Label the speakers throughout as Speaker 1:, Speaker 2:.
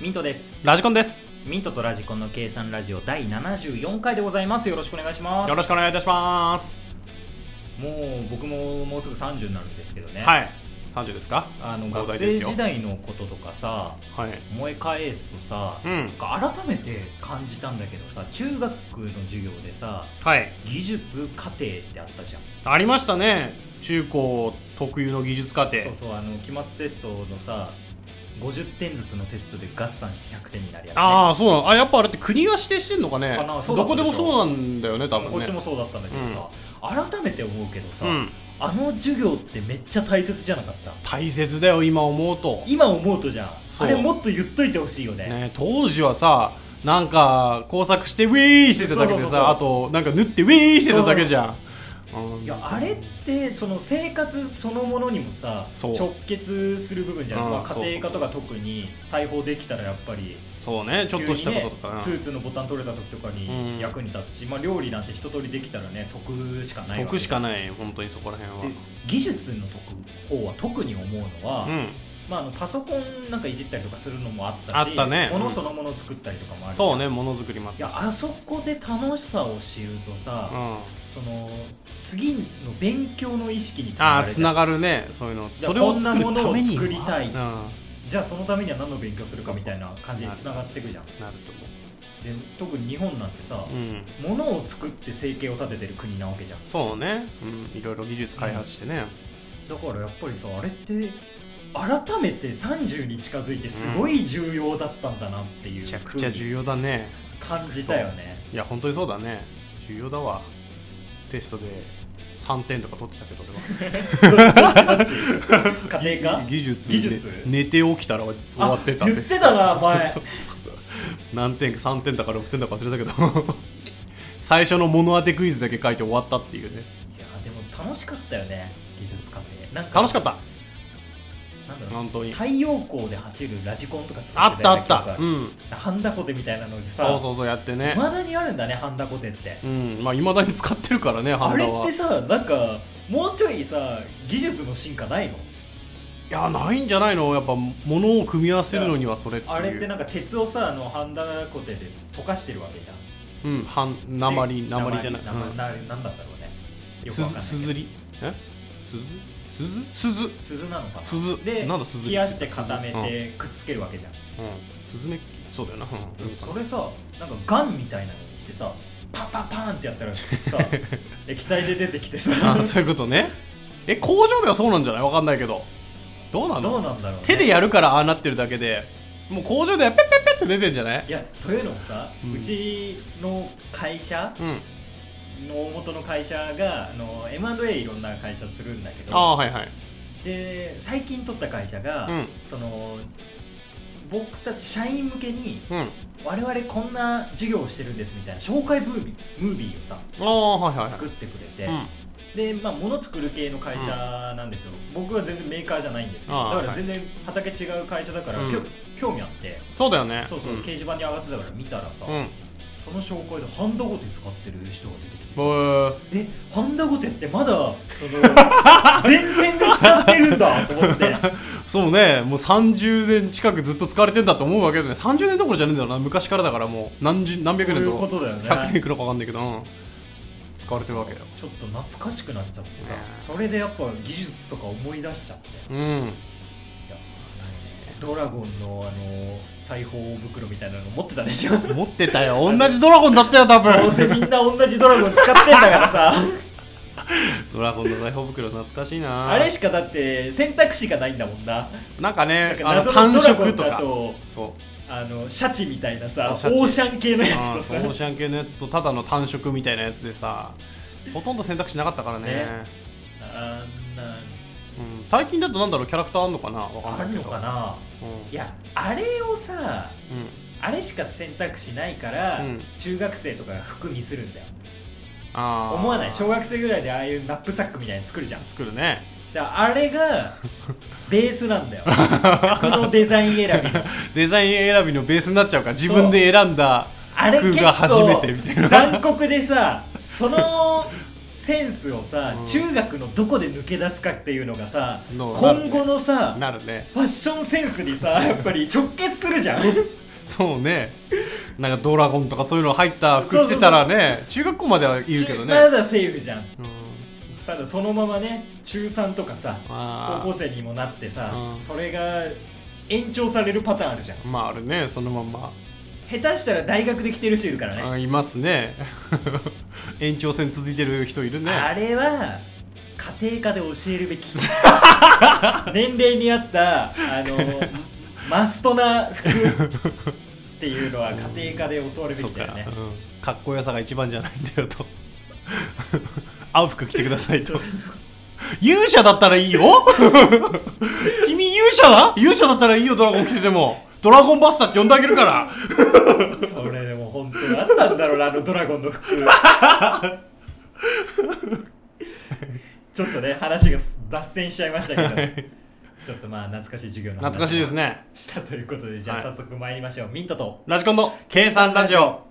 Speaker 1: ミントです
Speaker 2: ラジコンです
Speaker 1: ミントとラジコンの計算ラジオ第74回でございますよろしくお願いします
Speaker 2: よろしくお願いいたします
Speaker 1: もう僕ももうすぐ30になるんですけどね
Speaker 2: はい30ですか
Speaker 1: あの
Speaker 2: 大
Speaker 1: 学
Speaker 2: 台で
Speaker 1: 生
Speaker 2: すよ
Speaker 1: 時代のこととかさ
Speaker 2: はい
Speaker 1: 思い返すとさ、
Speaker 2: うん
Speaker 1: なんか改めて感じたんだけどさ中学の授業でさ
Speaker 2: はい
Speaker 1: 技術課程ってあったじゃん
Speaker 2: ありましたね中高特有の技術課程
Speaker 1: そうそうあの期末テストのさ50点ずつのテストで合算して100点になるやつ、ね、
Speaker 2: ああそうなのあやっぱあれって国が指定してんのかね
Speaker 1: かなそうだ
Speaker 2: どこでもそうなんだよね多分ね
Speaker 1: こっちもそうだったんだけどさ、改めて思うけどさ、
Speaker 2: うん
Speaker 1: あの授業ってめっちゃ大切じゃなかった
Speaker 2: 大切だよ今思うと
Speaker 1: 今思うとじゃん
Speaker 2: そ
Speaker 1: あ
Speaker 2: う
Speaker 1: れもっと言っといてほしいよね
Speaker 2: ね当時はさなんか工作してウェーしてただけで
Speaker 1: そうそうそう
Speaker 2: さあとなんか縫ってウェーしてただけじゃんうん
Speaker 1: いやあれってその生活そのものにもさ
Speaker 2: そう
Speaker 1: 直結する部分じゃない、
Speaker 2: うん
Speaker 1: まあ家庭科とか特に裁縫できたらやっぱり
Speaker 2: そうねちょっとしたこと
Speaker 1: 急
Speaker 2: とか
Speaker 1: にね
Speaker 2: な
Speaker 1: スーツのボタン取れた時とか
Speaker 2: うん
Speaker 1: に役に立つし、まあ、料理なんて一通りできたらね得しかないわけ
Speaker 2: 得しかない本当にそこら辺は
Speaker 1: で技術の得方は特に思うのは、
Speaker 2: うん
Speaker 1: まあ、あのパソコンなんかいじったりとかするのもあったし
Speaker 2: あったね
Speaker 1: ものそのものを作ったりとかもあるじゃん
Speaker 2: そうねものづくりもあっ
Speaker 1: いや
Speaker 2: たし
Speaker 1: あそこで楽しさを知るとさ、
Speaker 2: うん
Speaker 1: その次の勉強の意識につな
Speaker 2: あ
Speaker 1: が
Speaker 2: あ
Speaker 1: る
Speaker 2: つ
Speaker 1: じゃ
Speaker 2: なんがるねそういうの
Speaker 1: じゃあ
Speaker 2: それを作る
Speaker 1: こ
Speaker 2: た
Speaker 1: んなものを
Speaker 2: めに
Speaker 1: 作りたい
Speaker 2: うん、
Speaker 1: じゃあそのためには何の勉強するかみたいな
Speaker 2: そうそうそう
Speaker 1: 感じにつながっていくじゃんで
Speaker 2: なると思
Speaker 1: 特に日本なんてさ
Speaker 2: う、、う
Speaker 1: も
Speaker 2: ん、
Speaker 1: のを作って生計を立ててる国なわけじゃん
Speaker 2: そうね、うん、いろいろ技術開発してね、
Speaker 1: だからやっぱりさあれって改めて30に近づいてすごい重要だったんだなっていう
Speaker 2: めちゃ
Speaker 1: ふ
Speaker 2: く
Speaker 1: う
Speaker 2: ちゃ重
Speaker 1: に
Speaker 2: 要だね
Speaker 1: 感じたよ ね
Speaker 2: いや本当にそうだね重要だわテストで3点とか取ってたけど
Speaker 1: 家庭
Speaker 2: 俺は
Speaker 1: 科
Speaker 2: 技術
Speaker 1: 技術
Speaker 2: で寝て起きたら終わってた
Speaker 1: あ言ってた な前
Speaker 2: 何点か3点だか6点だか忘れたけど最初の物当てクイズだけ書いて終わったっていうね
Speaker 1: いやでも楽しかったよね技術課程なんか
Speaker 2: 楽しかった
Speaker 1: なんだろう
Speaker 2: 本当に
Speaker 1: 太陽光で走るラジコンとか作って
Speaker 2: あったあ
Speaker 1: よね
Speaker 2: っ
Speaker 1: 記憶
Speaker 2: た
Speaker 1: あ
Speaker 2: う
Speaker 1: る
Speaker 2: ん
Speaker 1: ハンダコテみたいなのでさ
Speaker 2: そうそうそうやってね
Speaker 1: まだにあるんだねハンダコテって
Speaker 2: うんまあいまだに使ってるからねハ
Speaker 1: あ
Speaker 2: ン
Speaker 1: れ
Speaker 2: ダは
Speaker 1: ってさなんかもうちょいさ技術の進化ないの
Speaker 2: いやないんじゃないのやっぱ物を組み合わせるのにはそれっていう
Speaker 1: あれってなんか鉄をさあのハンダコテで溶かしてるわけじゃん
Speaker 2: うんはん鉛鉛じゃない
Speaker 1: 鉛
Speaker 2: うん
Speaker 1: 鉛なんだったろうねよく
Speaker 2: す
Speaker 1: わかんないけ
Speaker 2: す
Speaker 1: ど
Speaker 2: ずりえすずすずすず
Speaker 1: 鈴なのかな
Speaker 2: 鈴
Speaker 1: で
Speaker 2: なんだ鈴
Speaker 1: 冷やして固め
Speaker 2: 鈴
Speaker 1: てくっつけるわけじゃん、
Speaker 2: うんすずめっきそうだよなうん
Speaker 1: それさなんかガンみたいなのにしてさパンパンパンってやったらさ 液体で出てきてさ
Speaker 2: あそういうことねえ工場ではそうなんじゃないわかんないけどどうな
Speaker 1: どう
Speaker 2: の
Speaker 1: なんだろう、ね、
Speaker 2: 手でやるからああなってるだけでもう工場ではペッペッペッって出てんじゃない
Speaker 1: いやというのもさ、う
Speaker 2: うん
Speaker 1: ちの会社
Speaker 2: うん
Speaker 1: の大元の会社があの M&A いろんな会社するんだけ
Speaker 2: ああ
Speaker 1: ど
Speaker 2: はいはい
Speaker 1: で最近取った会社が、
Speaker 2: うん
Speaker 1: その僕たち社員向けに
Speaker 2: うん
Speaker 1: 我々こんな事業をしてるんですみたいな紹介ムービームービーをさ
Speaker 2: ああはいはい
Speaker 1: 作ってくれて、
Speaker 2: はいうん
Speaker 1: でまあ物作る系の会社なんですよ、僕は全然メーカーじゃないんですけど
Speaker 2: あー
Speaker 1: だから全然畑違う会社だから、
Speaker 2: うん
Speaker 1: きょ興味あって
Speaker 2: そうだよね
Speaker 1: そうそう、
Speaker 2: ん
Speaker 1: 掲示板に上がってたから見たらさ、
Speaker 2: うん
Speaker 1: その紹介でハンダゴテ使ってる人が出てきてさ
Speaker 2: ぼー
Speaker 1: えハンダゴテってまだその 前線で使ってるんだと思って
Speaker 2: そうねもう30年近くずっと使われてんだと思うわけだよね30年どころじゃねえんだろうな昔からだからもう何十何百年
Speaker 1: そういう
Speaker 2: と
Speaker 1: ことだよね
Speaker 2: 100年いくらか分かんないけど、うん使われてるわけよ
Speaker 1: ちょっと懐かしくなっちゃってさ、
Speaker 2: ね
Speaker 1: それでやっぱ技術とか思い出しちゃってい
Speaker 2: うん
Speaker 1: やそのドラゴンのあの裁縫袋みたいなの持ってたでしょ
Speaker 2: 持ってたよ同じドラゴンだったよ多
Speaker 1: どう
Speaker 2: 分
Speaker 1: せみんな同じドラゴン使ってんだからさ
Speaker 2: ドラゴンの財宝袋懐かしいな
Speaker 1: あれしかだって選択肢がないんだもんな
Speaker 2: なんか
Speaker 1: なん
Speaker 2: ね
Speaker 1: か
Speaker 2: あの
Speaker 1: 謎の
Speaker 2: 単
Speaker 1: ドラゴ
Speaker 2: 色
Speaker 1: ン
Speaker 2: と
Speaker 1: だ
Speaker 2: か
Speaker 1: と
Speaker 2: そう
Speaker 1: あのシャチみたいなさオ
Speaker 2: そうシャ
Speaker 1: ーシ
Speaker 2: チ
Speaker 1: ャン系のやつ
Speaker 2: あ
Speaker 1: と
Speaker 2: ー
Speaker 1: さ
Speaker 2: そうオーシャン系のやつとただの単色みたいなやつでさほとんど選択肢なかったからね
Speaker 1: ねあんな
Speaker 2: うん、最近だとなんだろうキャラクターあんのかなわかんな
Speaker 1: ある
Speaker 2: いけ
Speaker 1: の
Speaker 2: ど
Speaker 1: かな
Speaker 2: うん
Speaker 1: いやあれをさ
Speaker 2: うん
Speaker 1: あれしか選択肢ないから、
Speaker 2: うん
Speaker 1: 中学生とかが服にするんだよ
Speaker 2: あー
Speaker 1: 思わない小学生ぐらいでああいうナップサックみたいなの作るじゃんだ
Speaker 2: 作るね
Speaker 1: からあれ がベースなんだよ服のデザイン選びの
Speaker 2: デザイン選びのベースになっちゃうから自分で選んだ
Speaker 1: あれ
Speaker 2: 服
Speaker 1: 結
Speaker 2: が初め
Speaker 1: 構
Speaker 2: てみたいな
Speaker 1: 残酷でさそのセンスをさ、
Speaker 2: うん
Speaker 1: 中学のどこで抜け出すかっていうのがさ、
Speaker 2: の
Speaker 1: 今後のさ、
Speaker 2: なるね
Speaker 1: ファッションセンスに さやっぱり直結するじゃん
Speaker 2: そうねなんかドラゴンとかそういうの入った服着てたらね中学校までは言うけどね
Speaker 1: まだセーフじゃん
Speaker 2: うん
Speaker 1: ただそのままね中3とかさ
Speaker 2: あー
Speaker 1: 高校生にもなってさ
Speaker 2: うん
Speaker 1: それが延長されるパターンあるじゃん
Speaker 2: まああるねそのまんま
Speaker 1: 下手したら大学で着てる人いるからね
Speaker 2: あいますね 延長戦続いてる人いるね
Speaker 1: あれは家庭科で教えるべ き年齢に合ったあのマストな服っていうのは家庭科で教わるべ
Speaker 2: そう
Speaker 1: きだ
Speaker 2: か、
Speaker 1: よね
Speaker 2: うん、かっこよさが一番じゃないんだよと 合う服着てくださいと勇者だったらいいよ 君勇者だ勇者だったらいいよドラゴン着ててもドラゴンバスターって呼んであげるから
Speaker 1: それでも本当何なんだろうなあのドラゴンの 服ちょっとね話が脱線しちゃいましたけどちょっとまあ懐かしい授業の話
Speaker 2: 懐かしいですね
Speaker 1: したということでじゃあ
Speaker 2: はい
Speaker 1: 早速参りましょう、ミントと
Speaker 2: ラジコンの計算ラジオ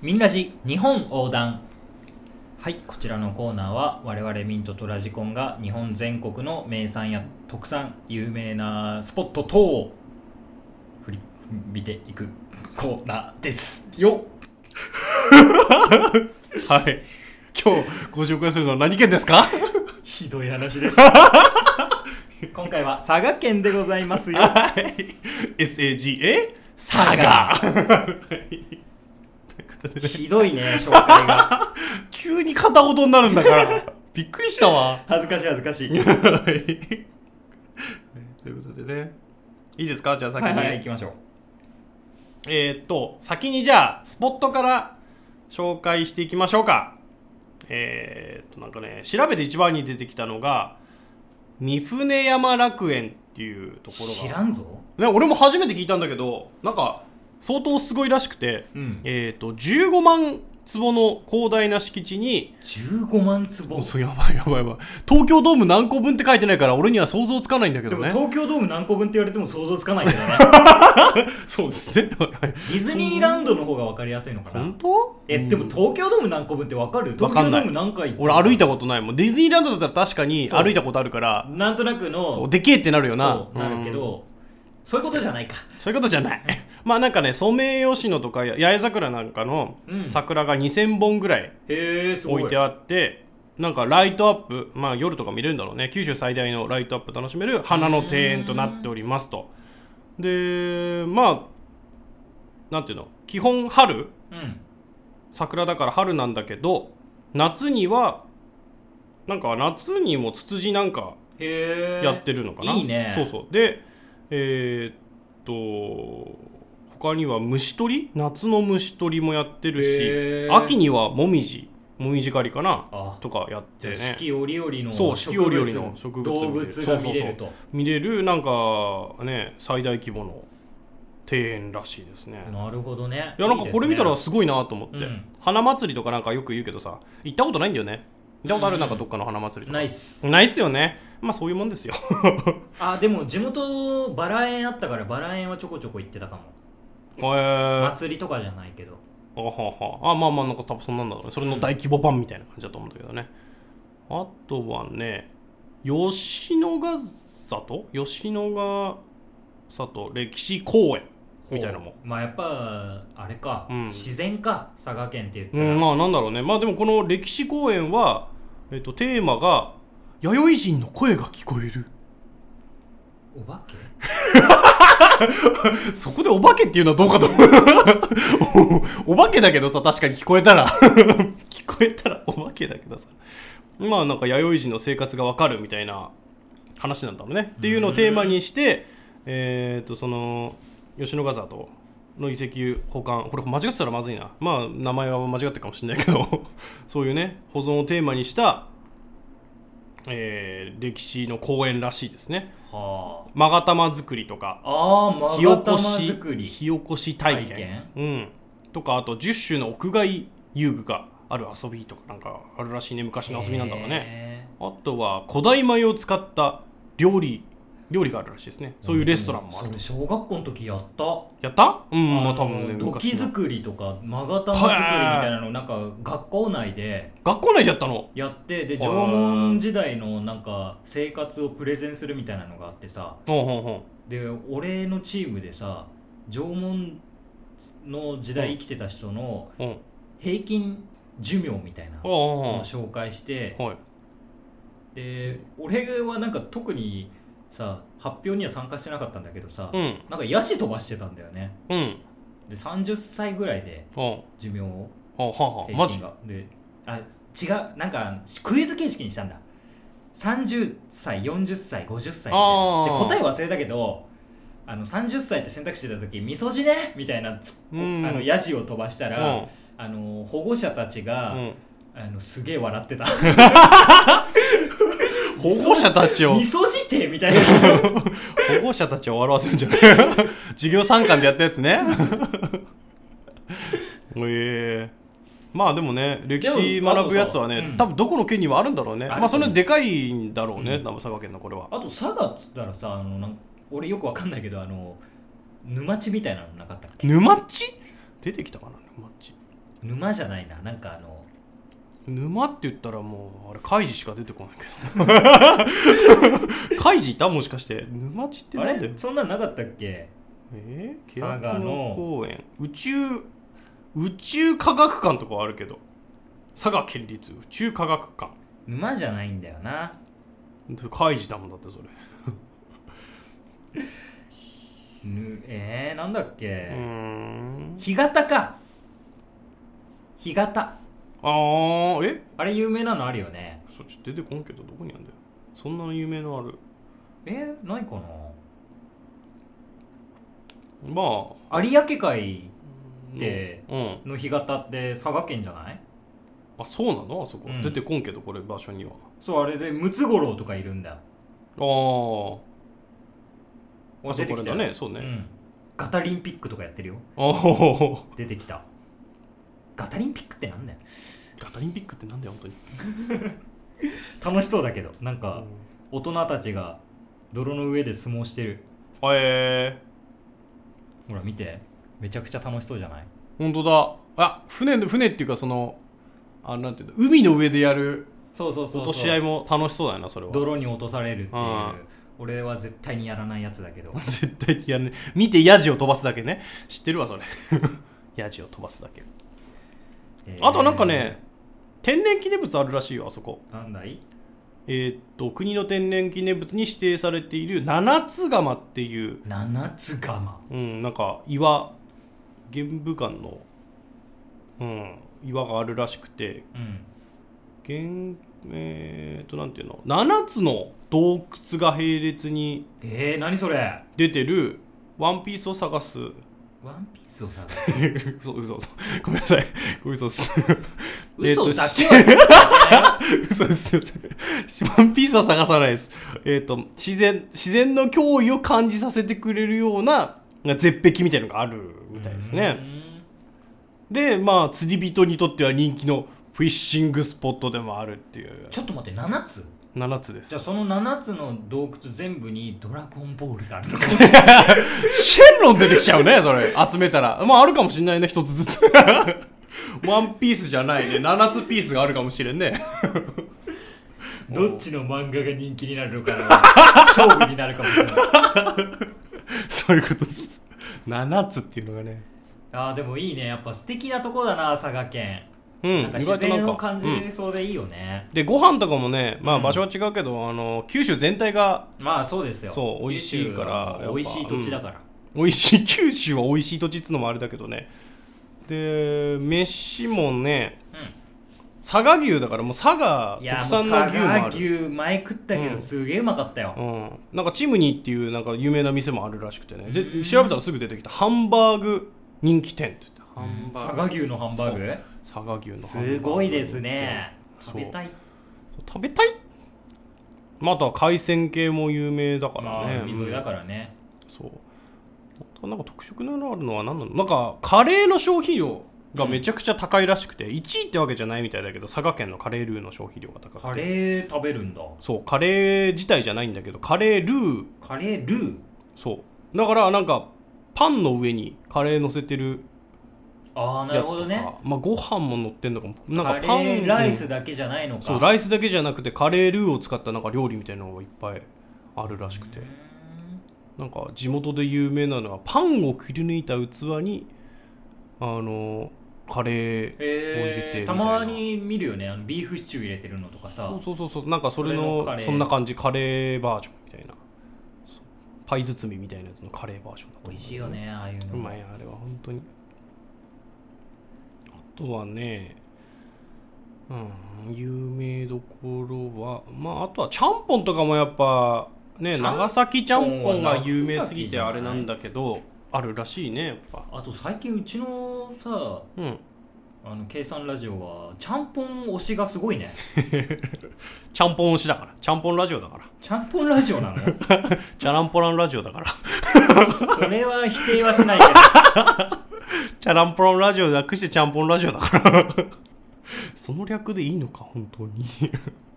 Speaker 1: ミンラジ日本横断はいこちらのコーナーは我々ミントとラジコンが日本全国の名産や特産有名なスポット等を振り見ていくコーナーですよ
Speaker 2: はい今日ご紹介するのは何県ですか
Speaker 1: ひどい話です 今回は佐賀県でございますよ
Speaker 2: SAGA
Speaker 1: 佐賀
Speaker 2: 佐賀ということでね
Speaker 1: ひどいね紹介が
Speaker 2: 急に片言になるんだから びっくりしたわ
Speaker 1: 恥ずかしい恥ずかしい
Speaker 2: はいということでねいいですかじゃあ先
Speaker 1: は
Speaker 2: に、
Speaker 1: いはい行きましょう
Speaker 2: えーっと先にじゃあスポットから紹介していきましょうかえーっとなんかね調べて一番に出てきたのが三船山楽園っていうとこ
Speaker 1: 知
Speaker 2: ろ
Speaker 1: ら
Speaker 2: が、
Speaker 1: んぞ
Speaker 2: ね、俺も初めて聞いたんだけどなんか相当すごいらしくて、
Speaker 1: うん
Speaker 2: えーっと15万坪の広大な敷地に
Speaker 1: 15万坪
Speaker 2: そうやばいやばいやばい東京ドーム何個分って書いてないから俺には想像つかないんだけ
Speaker 1: で
Speaker 2: ど
Speaker 1: も
Speaker 2: ね
Speaker 1: 東京ドーム何個分って言われても想像つかないけどね
Speaker 2: そうですねはい
Speaker 1: ディズニーランドの方が分かりやすいのかな
Speaker 2: 本当
Speaker 1: えでも東京ドーム何個分って分かる
Speaker 2: わ
Speaker 1: 東
Speaker 2: かん
Speaker 1: 京ド
Speaker 2: ない
Speaker 1: ーム何回
Speaker 2: 俺歩い
Speaker 1: た
Speaker 2: たことないもんディズニーランドだったら確かに
Speaker 1: そう
Speaker 2: 歩いたことあるから
Speaker 1: なんとなくの
Speaker 2: そうでけえってなるよな
Speaker 1: そうなるけ
Speaker 2: うん
Speaker 1: どそういうことじゃないか
Speaker 2: そういうことじゃない まあなんかねソメイヨシノとかや八重桜なんかの
Speaker 1: うん
Speaker 2: 桜が2000本ぐらい
Speaker 1: へえすごい
Speaker 2: 置いてあってなんかライトアップまあ夜とか見れるんだろうね九州最大のライトアップ楽しめる花の庭園となっておりますとでまあなんていうの基本春
Speaker 1: うん
Speaker 2: 桜だから春なんだけど夏にはなんか夏にもツツジなんか
Speaker 1: へえ
Speaker 2: やってるのかな、
Speaker 1: いいね
Speaker 2: そうそうでえーっと他には虫取り夏の虫取りもやってる
Speaker 1: へ
Speaker 2: し
Speaker 1: ー
Speaker 2: 秋にはもみじもみじ狩りかな
Speaker 1: あ
Speaker 2: とかやって
Speaker 1: じゃあ四
Speaker 2: ね
Speaker 1: 季折々の
Speaker 2: そう
Speaker 1: 植
Speaker 2: 四季
Speaker 1: 物
Speaker 2: 折々の植物
Speaker 1: 動
Speaker 2: 見れる
Speaker 1: 物が見れると
Speaker 2: そうそうそう見れるなんかね最大規模の庭園らしいですね
Speaker 1: なるほどね
Speaker 2: いやなんかこれ見たら
Speaker 1: す
Speaker 2: すごいなと思って、
Speaker 1: うん
Speaker 2: 花祭りとかなんかよく言うけどさ行ったことないんだよね行ったことある、
Speaker 1: うん
Speaker 2: なんかどっかの花祭
Speaker 1: ね
Speaker 2: りとか
Speaker 1: ナイス
Speaker 2: ないっすよねまあそういうもんですよ
Speaker 1: あでも地元バラ園あったからバラ園はちょこちょこ行ってたかも
Speaker 2: えー、
Speaker 1: 祭りとかじゃないけど
Speaker 2: あははあまあまあなんか多分そんなんだろうねそれの大規模版みたいな感じだと思うんだけどねあとはね吉野ヶ里吉野ヶ里歴史公園みたいなのも
Speaker 1: ほうまあやっぱあれか、
Speaker 2: うん
Speaker 1: 自然か佐賀県って言った
Speaker 2: う
Speaker 1: ら、
Speaker 2: んまあなんだろうねまあでもこの歴史公演は、えっと、テーマが「弥生人の声が聞こえる
Speaker 1: お化け」
Speaker 2: そこでお化けっていうのはどうかと 思うおお化けだけどさ確かに聞こえたら 聞こえたらお化けだけどさまあなんか弥生人の生活がわかるみたいな話なんだろうねっていうのをテーマにしてえっとその吉野ヶ里の遺跡保管これ間違ってたらまずいなまあ名前は間違ってるかもしれないけど そういうね保存をテーマにした、えー歴史の公園らしいですね
Speaker 1: は
Speaker 2: 勾玉作りとか
Speaker 1: ああーま
Speaker 2: 火起
Speaker 1: が
Speaker 2: こ
Speaker 1: 玉
Speaker 2: し
Speaker 1: 作り
Speaker 2: 火起こし体験
Speaker 1: 体験
Speaker 2: うん、とかあと10種の屋外遊具がある遊びとかなんかあるらしいね昔の遊びなんだろうね、
Speaker 1: ね
Speaker 2: あとは古代米を使った料理料理があるらしいですねそういうレストランもあ
Speaker 1: そ
Speaker 2: る
Speaker 1: れ小学校の時やった
Speaker 2: やったうんまあ多
Speaker 1: の
Speaker 2: 分ね
Speaker 1: 土器
Speaker 2: 昔の
Speaker 1: 作りとか勾玉作りみたいなのなんか学校内で
Speaker 2: 学校内でやったの
Speaker 1: やってで
Speaker 2: はい
Speaker 1: 縄文時代のなんか生活をプレゼンするみたいなのがあってさ
Speaker 2: ほうほうほ
Speaker 1: で俺のチームでさ縄文の時代生きてた人の
Speaker 2: ううんほ
Speaker 1: 平均寿命みたいな
Speaker 2: う
Speaker 1: のを
Speaker 2: ほ
Speaker 1: 紹介して
Speaker 2: うほうはい
Speaker 1: で俺はなんか特にさ発表には参加してなかったんだけどさ、
Speaker 2: うん
Speaker 1: なんかヤシ飛ばしてたんだよね
Speaker 2: うん
Speaker 1: で30歳ぐらいで
Speaker 2: ほ
Speaker 1: 寿命を
Speaker 2: うほうほうほう
Speaker 1: 平
Speaker 2: マ
Speaker 1: 均
Speaker 2: ジ
Speaker 1: がであ違うなんかクイズ形式にしたんだ30歳40歳50歳みたい
Speaker 2: あ
Speaker 1: なで
Speaker 2: ー
Speaker 1: 答え忘れたけどあの30歳って選択肢出た時「みそじね」みたいなつこ
Speaker 2: うん
Speaker 1: あのヤジを飛ばした
Speaker 2: う
Speaker 1: ら、
Speaker 2: ん
Speaker 1: あの保護者たちが、
Speaker 2: うん
Speaker 1: あのすげえ笑ってた
Speaker 2: 保護者た ち
Speaker 1: 「
Speaker 2: を
Speaker 1: みそじて」みたいな
Speaker 2: 保護者たちを笑わせるんじゃない 授業参観でやったや つねええまあでもね歴史
Speaker 1: でも
Speaker 2: 学ぶやつはね、
Speaker 1: あとさうん
Speaker 2: 多分どこの県にもあるんだろうね
Speaker 1: ある
Speaker 2: まあそれはでかいんだろうね、
Speaker 1: うん
Speaker 2: 多分佐賀県のこれは
Speaker 1: あと佐賀っつったらさあのなん俺よくわかんないけどあの沼地みたいなのなかったっけ
Speaker 2: 沼っち出てきたかな沼っち
Speaker 1: 沼じゃないななんかあの
Speaker 2: 沼って言ったらもうあれカイジしか出てこな いけどカイジいたもしかして沼っちって
Speaker 1: あ
Speaker 2: なんだよ
Speaker 1: れそんなんなかったっけ
Speaker 2: えー、欅
Speaker 1: 佐賀
Speaker 2: 野
Speaker 1: の
Speaker 2: 公園宇宙宇宙科学館とかはあるけど佐賀県立宇宙科学館
Speaker 1: 沼じゃないんだよな
Speaker 2: 開示だもんだってそれ、
Speaker 1: ぬえー、なんだっけ、
Speaker 2: うーん
Speaker 1: 干潟か干潟
Speaker 2: あーえ
Speaker 1: あれ有名なのあるよね
Speaker 2: そっちょっと出てこんけどどこにあるんだよそんなの有名のある
Speaker 1: えー、ないか
Speaker 2: まあ
Speaker 1: な有明海で
Speaker 2: うん、うん
Speaker 1: の干潟って佐賀県じゃない
Speaker 2: あそうなのあそこ、
Speaker 1: うん
Speaker 2: 出てこんけどこれ場所には
Speaker 1: そうあれでムツゴロウとかいるんだ
Speaker 2: あーあ
Speaker 1: 出
Speaker 2: そ
Speaker 1: て
Speaker 2: こ
Speaker 1: き
Speaker 2: れ
Speaker 1: たよ
Speaker 2: だねそうね、
Speaker 1: うん、ガタリンピックとかやってるよ
Speaker 2: ああ
Speaker 1: 出てきたガタリンピックってなんだよ
Speaker 2: ガタリンピックってなんだよ本当に、
Speaker 1: 楽しそうだけどなんか大人たちが泥の上で相撲してる
Speaker 2: あえ
Speaker 1: ほら見てめちゃくちゃ楽しそうじゃない
Speaker 2: ー、本当だあ船の船っていうかそのあなんていうの海の上でやる
Speaker 1: そうそうそう
Speaker 2: 落とし合いも楽しそうだよなそれは
Speaker 1: 泥に落とされるっていう
Speaker 2: うん
Speaker 1: 俺は絶対にやらないやつだけど
Speaker 2: 絶対にやんね見てヤジを飛ばすだけね知ってるわ それヤジを飛ばすだけ あとなんかね、天然記念物あるらしいよあそこ
Speaker 1: えーなんだい
Speaker 2: えーっと国の天然記念物に指定されている七つ釜っていう、
Speaker 1: 七つ釜
Speaker 2: うん、なんか岩玄武岩の、うん、岩があるらしくて
Speaker 1: うん
Speaker 2: 玄えーっとなんていうの七つの洞窟が並列に
Speaker 1: えー、何それ
Speaker 2: 出てるワンピースを探す
Speaker 1: ワンピースを探す
Speaker 2: 嘘嘘嘘ごめんなさい嘘っす
Speaker 1: 嘘だけ
Speaker 2: えー
Speaker 1: は
Speaker 2: とし嘘です嘘ですワンピースは探さないですえっ、と自然自然の脅威を感じさせてくれるような絶壁みたいのがあるみたいです
Speaker 1: う
Speaker 2: ね
Speaker 1: ん
Speaker 2: でまあ釣り人にとっては人気のフィッシングスポットでもあるっていう
Speaker 1: ちょっと待って7つ
Speaker 2: 7つで
Speaker 1: じ
Speaker 2: す
Speaker 1: ゃあその7つの洞窟全部にドラゴンボールがあるのか
Speaker 2: シェンロン出てきちゃうねそれ集めたらまああるかもしんないね一つずつワンピースじゃないね7つピースがあるかもしれんね
Speaker 1: どっちの漫画が人気になるのか な勝負になるかもしれない
Speaker 2: そういうことです。7つっていうのがね。
Speaker 1: あーでもいいねやっぱ素敵なとこだな佐賀県、
Speaker 2: うん
Speaker 1: なんか自然を感じ
Speaker 2: う
Speaker 1: れ
Speaker 2: ん
Speaker 1: そうでいいよね、
Speaker 2: で、ご飯とかもね、ま
Speaker 1: う
Speaker 2: あ
Speaker 1: ん
Speaker 2: 場所は違うけど、あの、九州全体が
Speaker 1: まあそうですよ
Speaker 2: そう美味しい
Speaker 1: 九
Speaker 2: から
Speaker 1: 州は
Speaker 2: やっぱ
Speaker 1: 美味しい土地だから、
Speaker 2: 美味しい、 九州は美味しい土地っつうのもあれだけどね。で、飯もね、佐賀牛だからもう佐賀
Speaker 1: いや
Speaker 2: 特
Speaker 1: もう
Speaker 2: 産の
Speaker 1: 佐
Speaker 2: 牛もあ
Speaker 1: 賀
Speaker 2: る。
Speaker 1: 牛前食ったけど
Speaker 2: うん
Speaker 1: すげえうまかったよ、
Speaker 2: うん、なんかチムニーっていうなんか有名な店もあるらしくてね
Speaker 1: う
Speaker 2: で
Speaker 1: ん
Speaker 2: 調べたらすぐ出てきたハンバーグ人気店って言ってハンバー
Speaker 1: 佐
Speaker 2: グ
Speaker 1: 賀牛のハンバーグ
Speaker 2: 佐賀牛のハンバーグ
Speaker 1: すごいですね
Speaker 2: そう
Speaker 1: 食べたい
Speaker 2: 食べたいまた海鮮系も有名だから
Speaker 1: ま
Speaker 2: ね、
Speaker 1: あ海沿いだ
Speaker 2: ら
Speaker 1: からね、
Speaker 2: そうあとなんか特色のあるのは何なのなんかカレーの消費量がめちゃくちゃ高いらしくて、1位ってわけじゃないみたいだけど佐賀県のカレールーの消費量が高くて
Speaker 1: カレー食べるんだ
Speaker 2: そうカレー自体じゃないんだけどカレールー
Speaker 1: カレールー
Speaker 2: そうだからなんかパンの上にカレー乗せてる
Speaker 1: ああな
Speaker 2: や
Speaker 1: る
Speaker 2: つ
Speaker 1: ほ
Speaker 2: と
Speaker 1: ど
Speaker 2: か、
Speaker 1: ね
Speaker 2: まあ、ご飯も乗ってんのかもなん
Speaker 1: カ
Speaker 2: か
Speaker 1: レ
Speaker 2: パン
Speaker 1: ーライスだけじゃないのか
Speaker 2: そうライスだけじゃなくてカレールーを使ったなんか料理みたいなのがいっぱいあるらしくてなんか地元で有名なのはパンを切り抜いた器にあのカレーを入れ
Speaker 1: え
Speaker 2: て
Speaker 1: ー、
Speaker 2: みた
Speaker 1: た
Speaker 2: いな、
Speaker 1: まに見るよねあのビーフシチュー入れてるのとかさ
Speaker 2: そうそうそうそうなんかそれ
Speaker 1: それの
Speaker 2: の
Speaker 1: カレー
Speaker 2: そんな感じカレーバージョンみたいなそうパイ包みみたいなやつのカレーバージョンだと思う
Speaker 1: 美味しいよねああいうの
Speaker 2: うまいあれは本当にあとはねうん有名どころはまああとはちゃんぽんとかもやっぱね
Speaker 1: ちゃん
Speaker 2: 長崎ちゃんぽん
Speaker 1: は長
Speaker 2: が
Speaker 1: 崎
Speaker 2: 有名すぎてあれなんだけどあるらしいねやっぱ
Speaker 1: あと最近うちのさ
Speaker 2: うん
Speaker 1: あの計算ラジオはちゃんぽん推しがすごいね
Speaker 2: ちゃんぽん推しだからちゃんぽんラジオだから
Speaker 1: ちゃんぽんラジオなの
Speaker 2: チャランポランラジオだから
Speaker 1: それは否定はしないけど
Speaker 2: チャランポランラジオ略してちゃんぽんラジオだから その略でいいのか本当に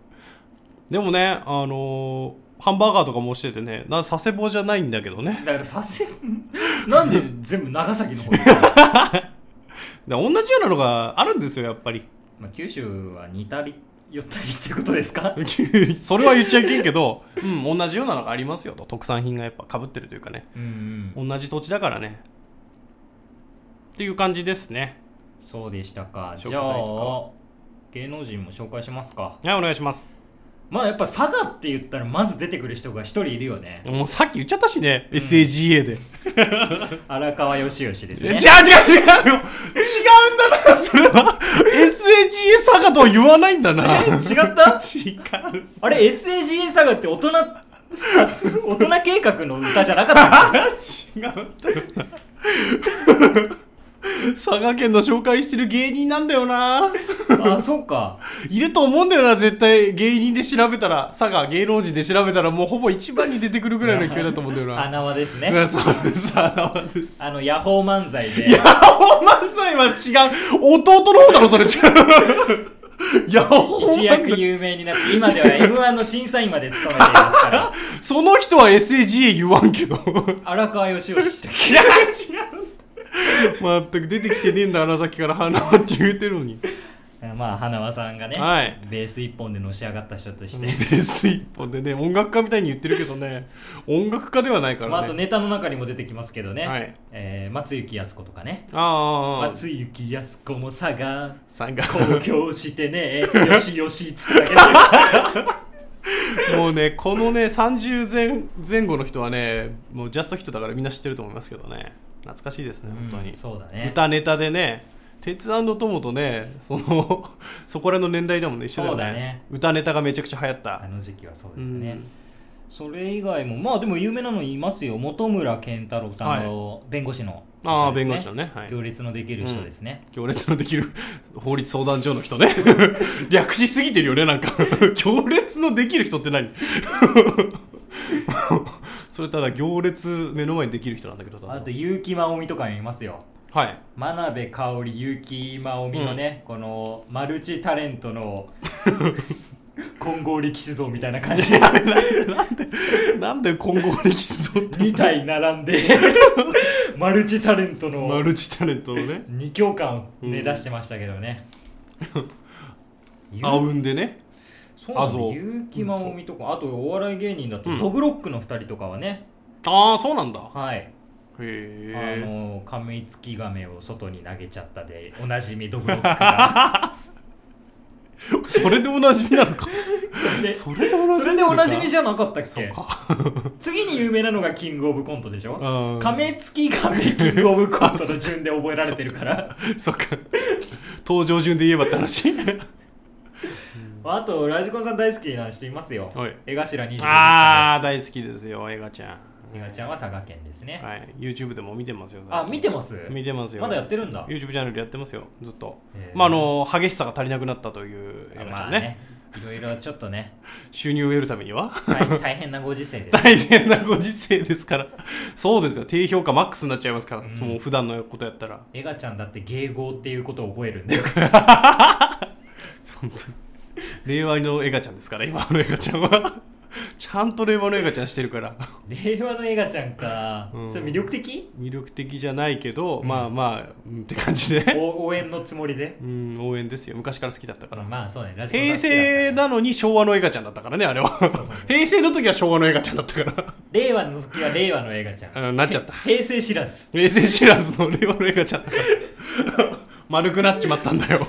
Speaker 2: でもねあのーハンバーガーとかもしててねな佐世保じゃないんだけどね
Speaker 1: だからさせなんで全部長崎 の方に行ったの
Speaker 2: で同じようなのがあるんですよやっぱり
Speaker 1: まあ九州は似たり寄ったりってことです か
Speaker 2: それは言っちゃいけんけど、 うん、同じようなのがありますよと特産品がやっぱかぶってるというかね
Speaker 1: うん、うん、
Speaker 2: 同じ土地だからねっていう感じですね
Speaker 1: そうでしたか
Speaker 2: 食材
Speaker 1: じゃあ
Speaker 2: と
Speaker 1: 芸能人も紹介しますか
Speaker 2: はいお願いします
Speaker 1: まあやっぱ佐賀って言ったらまず出てくる人が一人いるよね
Speaker 2: もうさっき言っちゃったしね、SAGA で
Speaker 1: 荒川よしよしです
Speaker 2: え違う違う
Speaker 1: ね
Speaker 2: 違うよ違うんだなそれは SAGA 佐賀とは言わないんだな違う
Speaker 1: 違った
Speaker 2: 違
Speaker 1: あれ SAGA 佐賀って大人 大人計画の歌じゃなかったっ
Speaker 2: うんだよな佐賀県の紹介してる芸人なんだよな
Speaker 1: けあそうか
Speaker 2: いると思うんだよな絶対芸人で調べたら佐賀芸能人で調べたらもうほぼ一番に出てくるぐらいの勢いだと思うんだよな
Speaker 1: 花輪です
Speaker 2: う
Speaker 1: ね
Speaker 2: んそうですあなたです
Speaker 1: あのヤホー漫才で
Speaker 2: ヤホー漫才は違う弟の方だろそれ違うヤホー
Speaker 1: 一
Speaker 2: 漫
Speaker 1: 躍
Speaker 2: 才
Speaker 1: 有名になって今では m 1の審査員まで務めていますから
Speaker 2: その人は SAGA 言わんけど
Speaker 1: 荒川よしよしで
Speaker 2: いや違う全く出てきてねえんだ花咲から花はって言うてるのに
Speaker 1: すまあ花輪さんがね、
Speaker 2: はい
Speaker 1: ベース一本でのし上がった人として、
Speaker 2: ベース一本でね音楽家みたいに言ってるけどね音楽家ではないからね,、
Speaker 1: まあ、あとネタの中にも出てきますけどね、
Speaker 2: はい
Speaker 1: えー松雪靖子とかね
Speaker 2: ああ
Speaker 1: 松雪靖子も佐賀
Speaker 2: 参加
Speaker 1: 公表してねよしよしっつってあげて
Speaker 2: もうね、このね、30前前後の人はね、もうジャストヒットだからみんな知ってると思いますけどね、懐かしいですね、 本当に。
Speaker 1: うんそうだね
Speaker 2: 歌ネタでね、鉄腕の友とね、そのそこらの年代だもんね、一緒だよね
Speaker 1: そうだね
Speaker 2: 歌ネタがめちゃくちゃ流行っ
Speaker 1: あ
Speaker 2: た。
Speaker 1: の時期はそう
Speaker 2: う
Speaker 1: ですね、
Speaker 2: ん、
Speaker 1: それ以外もまあでも有名なのいますよ本村健太郎さんの弁護士の、
Speaker 2: ああ、弁護士のね、はい、
Speaker 1: 行列のできる人ですね、
Speaker 2: 行列のできる 法律相談所の人ね 略しすぎてるよねなんか 行列のできる人って何 それただ行列目の前にできる人なんだけどただ
Speaker 1: あ
Speaker 2: の
Speaker 1: と結城真央美とかいますよ
Speaker 2: はい
Speaker 1: 真鍋かおり結城真央美のね、このマルチタレント の混合力士像みたいな感じで
Speaker 2: なんで混合力士 像って
Speaker 1: 2体並んでマルチタレント
Speaker 2: マ
Speaker 1: の
Speaker 2: ルチタレントのね
Speaker 1: 二強感をね出してましたけど ね、ゆ
Speaker 2: あうんでね
Speaker 1: そうなんだ
Speaker 2: あそう
Speaker 1: 結城真央美とかあとお笑い芸人だと
Speaker 2: うん
Speaker 1: ドブロックの2人とかはね、
Speaker 2: ああそうなんだへ
Speaker 1: はいあ
Speaker 2: え
Speaker 1: のカミツキガメを外に投げちゃったでおなじみドブロックが
Speaker 2: それでおなじみなのか
Speaker 1: でそ
Speaker 2: それでおなじみ
Speaker 1: れでおなじみじゃなかったっ
Speaker 2: そう
Speaker 1: け
Speaker 2: か
Speaker 1: 次に有名なのがキングオブコントでしょ
Speaker 2: うん
Speaker 1: カメツキガメキングオブコントの順で覚えられてるから
Speaker 2: そっか登場順で言えばって話
Speaker 1: あとラジコンさん大好きな人いますよ
Speaker 2: はい
Speaker 1: 江頭二十
Speaker 2: ああ大好きですよ映画ちゃん
Speaker 1: 江頭ちゃんは佐賀県ですね、
Speaker 2: はい、YouTube でも見てますよ。
Speaker 1: あ見てます
Speaker 2: 見てますよ。
Speaker 1: まだやってるんだ
Speaker 2: YouTube チャンネルやってますよ、ずっと
Speaker 1: へ。ー
Speaker 2: まあ、あの、激しさが足りなくなったという映画ちゃんね。
Speaker 1: いろいろちょっとね、
Speaker 2: 収入を得るためには
Speaker 1: 大大変なご時世です。
Speaker 2: 大変なご時世ですからそうですよ低評価マックスになっちゃいますから、その普段のことやったら
Speaker 1: エガちゃんだって迎合っていうことを覚えるんだよ。
Speaker 2: 本当に令和のエガちゃんですから今のエガちゃんは ちゃんと令和のエガちゃんしてるから
Speaker 1: 令和のエガちゃんか。
Speaker 2: うん
Speaker 1: それ魅力的
Speaker 2: 魅力的じゃないけど、まあまあ、うん、って感じで、
Speaker 1: お応援のつもりで。
Speaker 2: うん、応援ですよ昔から好きだったから、
Speaker 1: まあそうね、ラジコン
Speaker 2: 平
Speaker 1: さん好きだ
Speaker 2: 成なのに昭和のエガちゃんだったからねあれは平成の時は昭和のエガちゃんだったか
Speaker 1: 令和の時は令和の映画ちゃん
Speaker 2: らうんなっちゃった
Speaker 1: 平成知ら ず
Speaker 2: 平成知らずの令和のエガちゃんだから丸くなっちまったんだよ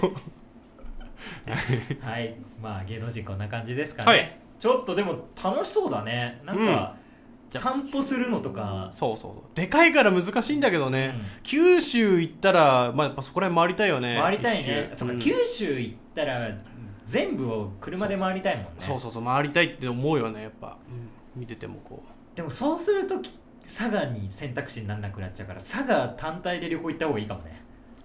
Speaker 1: はいまあ芸能人こんな感じですかね、
Speaker 2: はい
Speaker 1: ちょっとでも楽しそうだねなんか、散歩するのとか
Speaker 2: そうそうそうでかいから難しいんだけどね、
Speaker 1: うん
Speaker 2: 九州行ったら、まあ、やっぱそこら辺回りたいよね
Speaker 1: 回りたいね
Speaker 2: 一周
Speaker 1: そうか、
Speaker 2: うん
Speaker 1: 九州行ったら全部を車で回りたいもんね
Speaker 2: そうそうそう回りたいって思うよねやっぱ、うん見ててもこ
Speaker 1: でもそうするとき佐賀に選択肢にならなくなっちゃうから佐賀単体で旅行行った方がいいかもね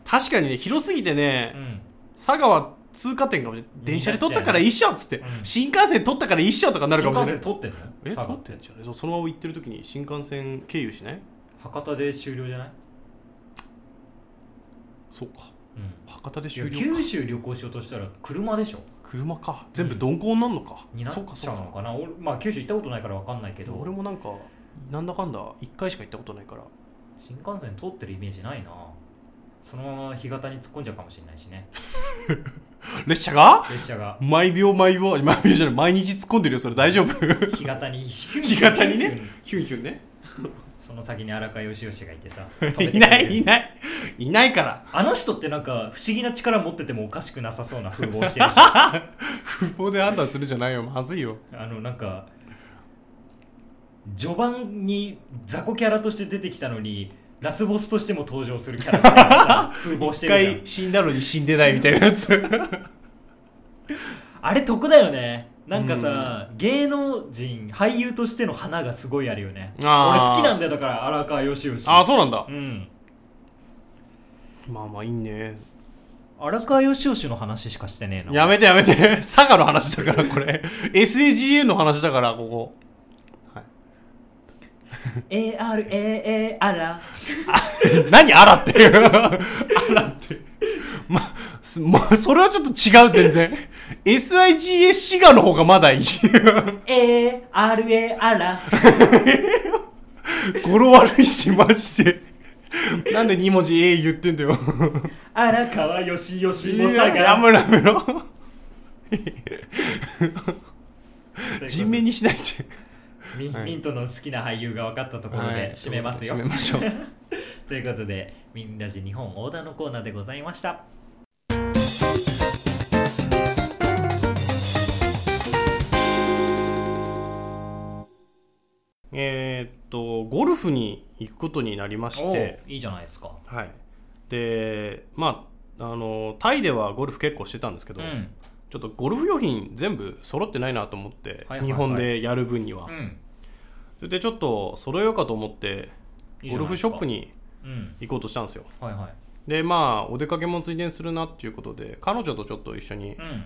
Speaker 2: う確かにね広すぎてね、
Speaker 1: うん
Speaker 2: 佐賀は通過点かもしれない電車で取ったから一緒っつって、
Speaker 1: ん
Speaker 2: 新幹線取ったから一緒とかなるかもしれない
Speaker 1: 新幹線通ってん
Speaker 2: え
Speaker 1: の佐賀
Speaker 2: 取っ
Speaker 1: ってて
Speaker 2: んじゃねそのまま行ってる時に新幹線経由しない
Speaker 1: 博多で終了じゃない、
Speaker 2: そうか
Speaker 1: うん
Speaker 2: 博多で
Speaker 1: いや
Speaker 2: 終了か
Speaker 1: 九州旅行しようとしたら車でしょ
Speaker 2: 車か全部鈍行になるのか、
Speaker 1: になっ
Speaker 2: そうか
Speaker 1: ち
Speaker 2: そ
Speaker 1: ゃ
Speaker 2: う
Speaker 1: うの
Speaker 2: か
Speaker 1: かな俺まあ九州行ったことないから分かんないけど
Speaker 2: 俺もなんかなんだかんだ1回しか行ったことないから
Speaker 1: 新幹線通ってるイメージないなそのまま干潟に突っ込んじゃうかもしれないし ね
Speaker 2: 列車が
Speaker 1: 列車が
Speaker 2: 毎秒毎秒毎秒じゃない毎日突っ込んでるよそれ大丈夫
Speaker 1: 干潟 に
Speaker 2: 日
Speaker 1: 干
Speaker 2: 潟にねヒュンヒュンね
Speaker 1: その先に荒川義しがいてさ
Speaker 2: いないいないいないから
Speaker 1: あの人ってなんか不思議な力持っててもおかしくなさそうな風貌してるし
Speaker 2: 不法で判断するじゃないよまずいよ
Speaker 1: あのなんか序盤に雑魚キャラとして出てきたのにラスボスとしても登場するキャラみたいなさ風貌して
Speaker 2: 一
Speaker 1: るじゃん
Speaker 2: 回死んだのに死んでないみたいなやつ
Speaker 1: あれ得だよねなんかさ、芸能人俳優としての花がすごいあるよね俺
Speaker 2: あー
Speaker 1: 好きなんだよだから荒川よしよし
Speaker 2: ああそうなんだ
Speaker 1: うん
Speaker 2: まあまあいいね
Speaker 1: 荒川よしよしの話しかしてねえな
Speaker 2: やめてやめて 佐賀の話だから これ SAGA の話だからこ こ
Speaker 1: ARAA あら
Speaker 2: 何あらって あらってまあ、まあ、それはちょっと違う全然 SIGA 滋賀の方がまだいい
Speaker 1: ARA あら
Speaker 2: 語呂悪いしマジでなんで2文字 A 言ってんだよ
Speaker 1: 荒川よしよしの佐
Speaker 2: や
Speaker 1: 賀
Speaker 2: めろやめろ人面にしないで
Speaker 1: ミ,、
Speaker 2: はい
Speaker 1: ミントの好きな俳優が分かったところ
Speaker 2: はい
Speaker 1: で締めますよ、
Speaker 2: 締めましょう
Speaker 1: ということでミンラジ日本横断のコーナーでございました
Speaker 2: えーっとゴルフに行くことになりまして
Speaker 1: おいいじゃないですか
Speaker 2: はいでまああのタイではゴルフ結構してたんですけ
Speaker 1: う
Speaker 2: ど、
Speaker 1: ん
Speaker 2: ちょっとゴルフ用品全部揃ってないなと思って、
Speaker 1: はいはいはい
Speaker 2: 日本でやる分には、
Speaker 1: うん
Speaker 2: それでちょっと揃えようかと思って
Speaker 1: いいじ
Speaker 2: ゴ
Speaker 1: ゃない
Speaker 2: ルフ
Speaker 1: です
Speaker 2: シ
Speaker 1: か
Speaker 2: ョップに
Speaker 1: うん
Speaker 2: 行こうとしたんですよ
Speaker 1: はいはい
Speaker 2: でまあお出かけもついでにするなっていうことで彼女とちょっと一緒に
Speaker 1: うん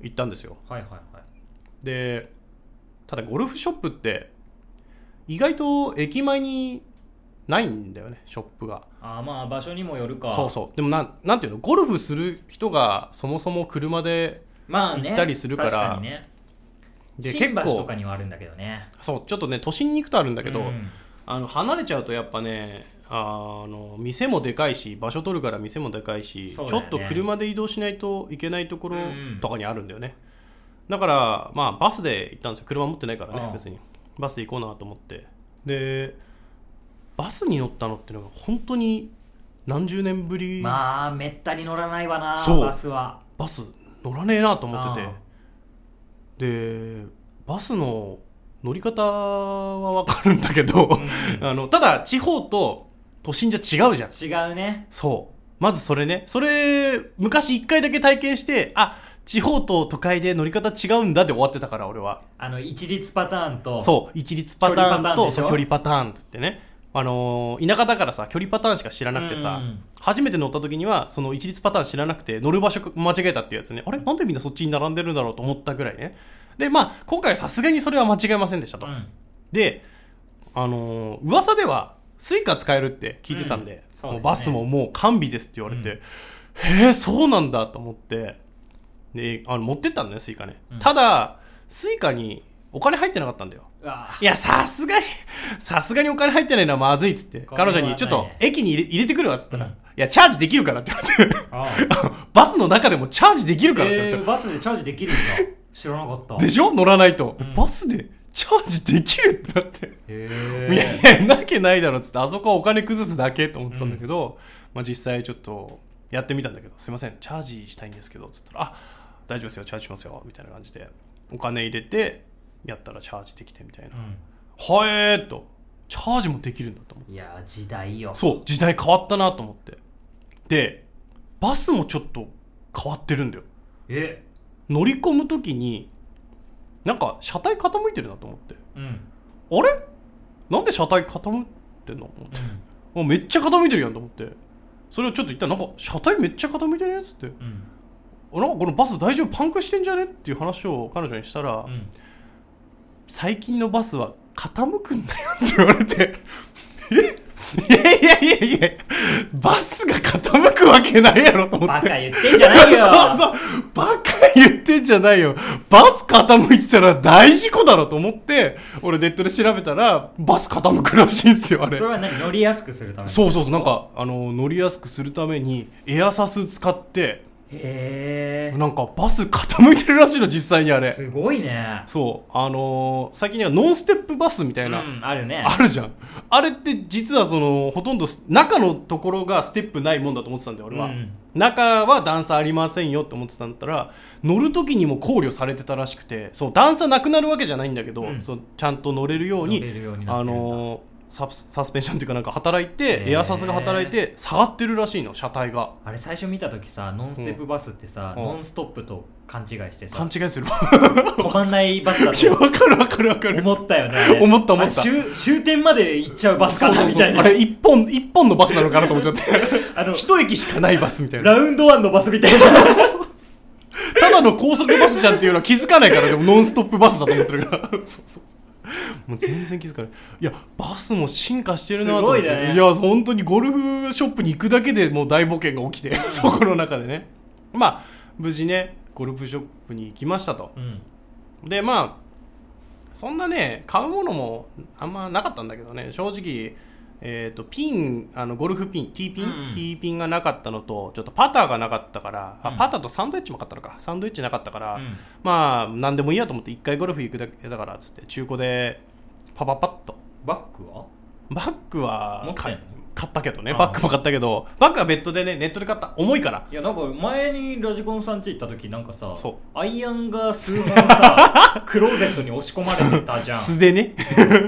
Speaker 2: 行ったんですよ
Speaker 1: はいはいはい
Speaker 2: でただゴルフショップって意外と駅前にないんだよねショップが
Speaker 1: ああまあ場所にもよるか
Speaker 2: そうそうでもなんなんていうのゴルフする人がそもそも車で
Speaker 1: まあね
Speaker 2: 行ったりするから
Speaker 1: 確かにね
Speaker 2: で
Speaker 1: 新橋とかにはあるんだけどね
Speaker 2: そうちょっとね都心に行くとあるんだけど、
Speaker 1: うん
Speaker 2: あの離れちゃうとやっぱねあーあの店もでかいし場所取るから店もでかいし、ち
Speaker 1: そうだよ
Speaker 2: ょっ
Speaker 1: ね
Speaker 2: と車で移動しないといけないところ
Speaker 1: うん
Speaker 2: とかにあるんだよね、だからまあバスで行ったんですよ車持ってないからね
Speaker 1: ああ
Speaker 2: 別にバスで行こうなと思ってでバスに乗ったのってのが本当に何十年ぶり、
Speaker 1: まあめったに乗らないわな
Speaker 2: そう
Speaker 1: バスは
Speaker 2: バス乗らねえなと思って
Speaker 1: あ
Speaker 2: てでバスの乗り方はわかるんだけど、 あのただ地方と都心じゃ違うじゃん
Speaker 1: 違うね
Speaker 2: そうまずそれねそれ昔一回だけ体験してあ地方と都会で乗り方違うんだで終わってたから俺は
Speaker 1: あの一律パターンと
Speaker 2: そう一律パターンと
Speaker 1: 距離パターンでしょ
Speaker 2: そう距離パターンって言ってねあのー田舎だからさ距離パターンしか知らなくてさ、
Speaker 1: うん
Speaker 2: 初めて乗った時にはその一律パターン知らなくて乗る場所間違えたっていうやつねあれなんでみんなそっちに並んでるんだろうと思ったぐらいねでまあ今回はさすがにそれは間違えませんでしたと、
Speaker 1: うん
Speaker 2: であのー噂ではスイカ使えるって聞いてたんで,、
Speaker 1: うんそうだよね
Speaker 2: もうバスももう完備ですって言われて、
Speaker 1: うん
Speaker 2: へえそうなんだと思ってであの持ってったんだねスイカね、
Speaker 1: うん
Speaker 2: ただスイカにお金入ってなかったんだよ
Speaker 1: うわぁ
Speaker 2: いや、さすがに、さすがにお金入ってないのはまずいっつって、
Speaker 1: これは
Speaker 2: 彼女に、ちょっと
Speaker 1: ね、
Speaker 2: 駅に入れ入れてくるわっつったら、
Speaker 1: うん
Speaker 2: いや、チャージできるからって言われて、
Speaker 1: あ
Speaker 2: バスの中でもチャージできるからって言わ
Speaker 1: え
Speaker 2: れ
Speaker 1: ー、
Speaker 2: て、
Speaker 1: バスでチャージできるんだ知らなかった
Speaker 2: でしょ乗らないと、
Speaker 1: うん
Speaker 2: バスでチャージできるってなって、
Speaker 1: へ
Speaker 2: いやい
Speaker 1: え
Speaker 2: や、なきゃないだろっつって、あそこはお金崩すだけと思ってたんだけど、まあ実際ちょっと、やってみたんだけど、すいません、チャージしたいんですけど、つったら、あ、大丈夫ですよ、チャージしますよ、みたいな感じで、お金入れて、やったらチャージできてみたいな。はえーっと、チャージもできるんだと思って
Speaker 1: うんいやー時代よ
Speaker 2: そう、時代変わったなと思って。で、バスもちょっと変わってるんだよ。
Speaker 1: え
Speaker 2: 乗り込むときに、なんか車体傾いてるなと思って。
Speaker 1: うんうん
Speaker 2: あれなんで車体傾いてんのと思ってあめっちゃ傾いてるやんと思って。それをちょっと言ったら、なんか車体めっちゃ傾いてるやつって。
Speaker 1: うん
Speaker 2: あなんかこのバス大丈夫パンクしてんじゃねっていう話を彼女にしたら、
Speaker 1: うん
Speaker 2: 最近のバスは傾くんだよって言われて、えいやいやいやいや、バスが傾くわけないやろと思
Speaker 1: バ
Speaker 2: っ
Speaker 1: カ
Speaker 2: て。
Speaker 1: 言ってんじゃないよ
Speaker 2: そうそう。バカ言ってんじゃないよ。バス傾いてたら大事故だろと思って、俺ネットで調べたら、バス傾くらしいんですよ、あれ。
Speaker 1: それは何乗りやすくするために
Speaker 2: そうそうそう、なんか、あの、乗りやすくするために、エアサス使って、
Speaker 1: へえ
Speaker 2: なんかバス傾いてるらしいの、実際にあれ。
Speaker 1: すごいね
Speaker 2: そう、あのー最近にはノンステップバスみた
Speaker 1: う
Speaker 2: いな、
Speaker 1: んあるね
Speaker 2: あるじゃん。あれって実はその、ほとんどす中のところがステップないもんだと思ってたんだよ、俺は。
Speaker 1: うん
Speaker 2: 中は段差ありませんよって思ってたんだったら、乗る時にも考慮されてたらしくて、そう、段差なくなるわけじゃないんだけど、
Speaker 1: うん
Speaker 2: そうちゃんと乗れるように、
Speaker 1: 乗れるようになって
Speaker 2: あ
Speaker 1: るんだ
Speaker 2: のーサスサスペンションっていうかなんか働いて、
Speaker 1: へー
Speaker 2: エアサスが働いて下がってるらしいの車体が
Speaker 1: あれ最初見た時さノンステップバスってさ、
Speaker 2: うん
Speaker 1: ノンストップと勘違いしてさ
Speaker 2: 勘違いする
Speaker 1: 止まんないバスだ
Speaker 2: いや
Speaker 1: と
Speaker 2: わかるわかるわかる
Speaker 1: 思ったよねあれ
Speaker 2: 思った思った
Speaker 1: あれ終終点まで行っちゃうバスかなみたいな
Speaker 2: あれ一本一本のバスなのかなと思っちゃって
Speaker 1: あの
Speaker 2: 一駅しかないバスみたいな
Speaker 1: ラウンドワンのバスみたい な
Speaker 2: ただの高速バスじゃんっていうのは気づかないから、でもノンストップバスだと思ってるから。 そうそうそうもう全然気づかない。いや、バスも進化してるなと思って。
Speaker 1: すごいね
Speaker 2: いや、本当にゴルフショップに行くだけでもう大冒険が起きて、 そこの中でね。まあ、無事ね、ゴルフショップに行きましたと。
Speaker 1: うん
Speaker 2: で、まあ、そんなね、買うものもあんまなかったんだけどね、正直、えー、とピンあのゴルフピン T ピン、
Speaker 1: うんうん
Speaker 2: T ピンがなかったのとちょっとパターがなかったから、あ
Speaker 1: うん
Speaker 2: パターとサンドイッチも買ったのかサンドイッチなかったから、
Speaker 1: うん
Speaker 2: まあ何でもいいやと思って1回ゴルフ行くだけだからっつって中古でパパパッと
Speaker 1: バックは
Speaker 2: バッグ
Speaker 1: 持
Speaker 2: は
Speaker 1: ってん
Speaker 2: 買
Speaker 1: の
Speaker 2: 買ったけどね
Speaker 1: ああ
Speaker 2: バッグも買ったけどバッグは別途でねネットで買った重いから
Speaker 1: いやなんか前にラジコンさん家行った時なんかさ
Speaker 2: そ
Speaker 1: アイアンが数本 さクローゼットに押し込まれてたじゃん
Speaker 2: 素で ね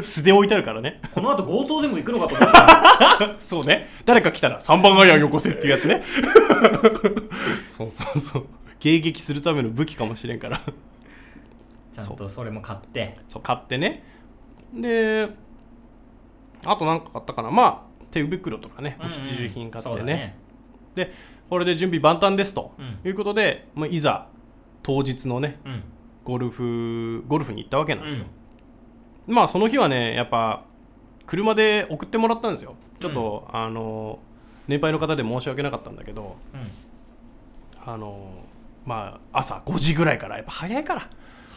Speaker 2: 素で置いてあるからね
Speaker 1: この後強盗でも行くのかと思った
Speaker 2: そうね誰か来たら3番アイアンよこせっていうやつねそうそうそう迎撃するための武器かもしれんから
Speaker 1: ちゃんとそれも買って
Speaker 2: そう買ってねであと何か買ったかなまあ手袋とかね
Speaker 1: うんうん
Speaker 2: 必需品買って
Speaker 1: そうだ
Speaker 2: ねでこれで準備万端ですと、
Speaker 1: うん
Speaker 2: いうことで、まあ、いざ当日のね
Speaker 1: うん
Speaker 2: ゴルフゴルフに行ったわけなん
Speaker 1: う
Speaker 2: ですよ
Speaker 1: ん、
Speaker 2: まあその日はねやっぱ車で送ってもらったんですよちょっと、あの年配の方で申し訳なかったんだけど
Speaker 1: うん
Speaker 2: あのまあ朝5時ぐらいからやっぱ早いから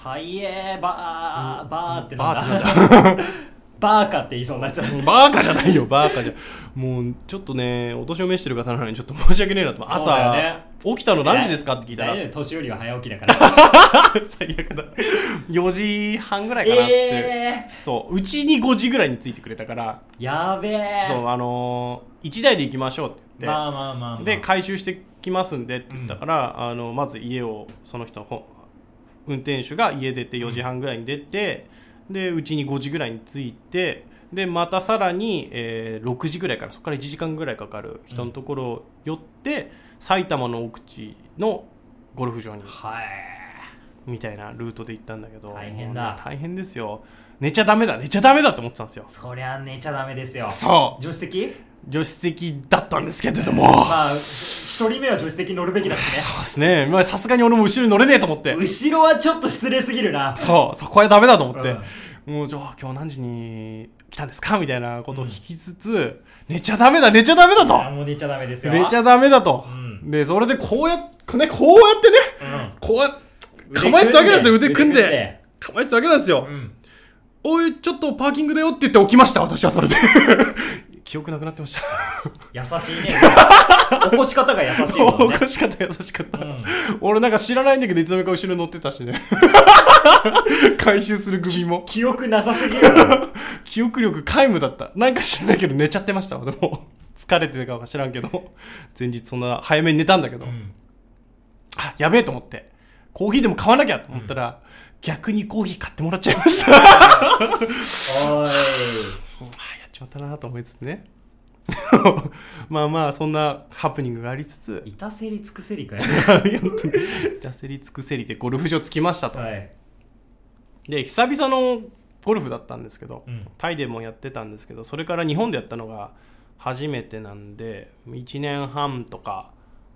Speaker 1: はいえーバー、バーってなん
Speaker 2: バー
Speaker 1: だ
Speaker 2: ってなん だ
Speaker 1: バーカって言いそうになった
Speaker 2: バーカじゃないよ、 バーカじゃ。もう、ちょっとね、お年を召してる方なのに、ちょっと申し訳ねえなと。
Speaker 1: そうだよ
Speaker 2: 朝、
Speaker 1: ね
Speaker 2: 起きたの何時ですかって聞いたら
Speaker 1: 大、丈夫年寄りは早起きだから
Speaker 2: 最悪だ。4時半ぐらいかなって。
Speaker 1: え
Speaker 2: そう、うちに5時ぐらいについてくれたから、
Speaker 1: ー、やべえ
Speaker 2: そう、あのー、1台で行きましょうって言って、
Speaker 1: まあまあまあ、まあ、
Speaker 2: で、回収してきますんでって言ったから、あの、まず家を、その人のほ、運転手が家出て4時半ぐらいに出て、で、うちに5時ぐらいに着いて、で、またさらに、えー6時ぐらいから、そこから1時間ぐらいかかる人のところを寄って、埼玉の奥地のゴルフ場に、
Speaker 1: はい
Speaker 2: みたいなルートで行ったんだけど、
Speaker 1: 大変だ
Speaker 2: もうね大変ですよ。寝ちゃダメだ寝ちゃダメだと思ってたんですよ
Speaker 1: そりゃ寝ちゃダメですよ
Speaker 2: そう
Speaker 1: 助手席
Speaker 2: 助手席だったんですけれども、
Speaker 1: まあ一人目は助手席に乗るべきだしね
Speaker 2: そうですねまあさすがに俺も後ろに乗れねえと思って
Speaker 1: 後ろはちょっと失礼すぎるな
Speaker 2: そうそこはダメだと思って、もうじゃあ今日何時に来たんですかみたいなことを聞きつつ、寝ちゃダメだ寝ちゃダメだと
Speaker 1: あもう寝ちゃダメですよ
Speaker 2: 寝ちゃダメだと、
Speaker 1: うん
Speaker 2: でそれでこうやってねこうやってね
Speaker 1: うん
Speaker 2: こうやって構えてたわけなんですよ腕組んで
Speaker 1: 腕
Speaker 2: 構えてたわけなんですよ、
Speaker 1: 組んで
Speaker 2: おいちょっとパーキングだよって言って起きました私はそれで記憶なくなってました
Speaker 1: うん優しいね起こし方が優しいもんね
Speaker 2: 起こし方優しかった、
Speaker 1: うん
Speaker 2: 俺なんか知らないんだけどいつの間にか後ろに乗ってたし ね回収する組も
Speaker 1: 記憶なさすぎるな
Speaker 2: 記憶力皆無だったなんか知らないけど寝ちゃってましたわでも疲れてたかは知らんけど前日そんな早めに寝たんだけど、
Speaker 1: うん
Speaker 2: あやべえと思ってコーヒーでも買わなきゃと思ったら、逆にコーヒー買ってもらっちゃいましたあ
Speaker 1: おい
Speaker 2: やっちまったなと思いつつね まあまあそんなハプニングがありつつ
Speaker 1: いたせりつくせりかよ
Speaker 2: 焦り尽くせりでゴルフ場着きましたと、
Speaker 1: はい
Speaker 2: で久々のゴルフだったんですけど、
Speaker 1: うん
Speaker 2: タイでもやってたんですけどそれから日本でやったのが初めてなんで1年半とか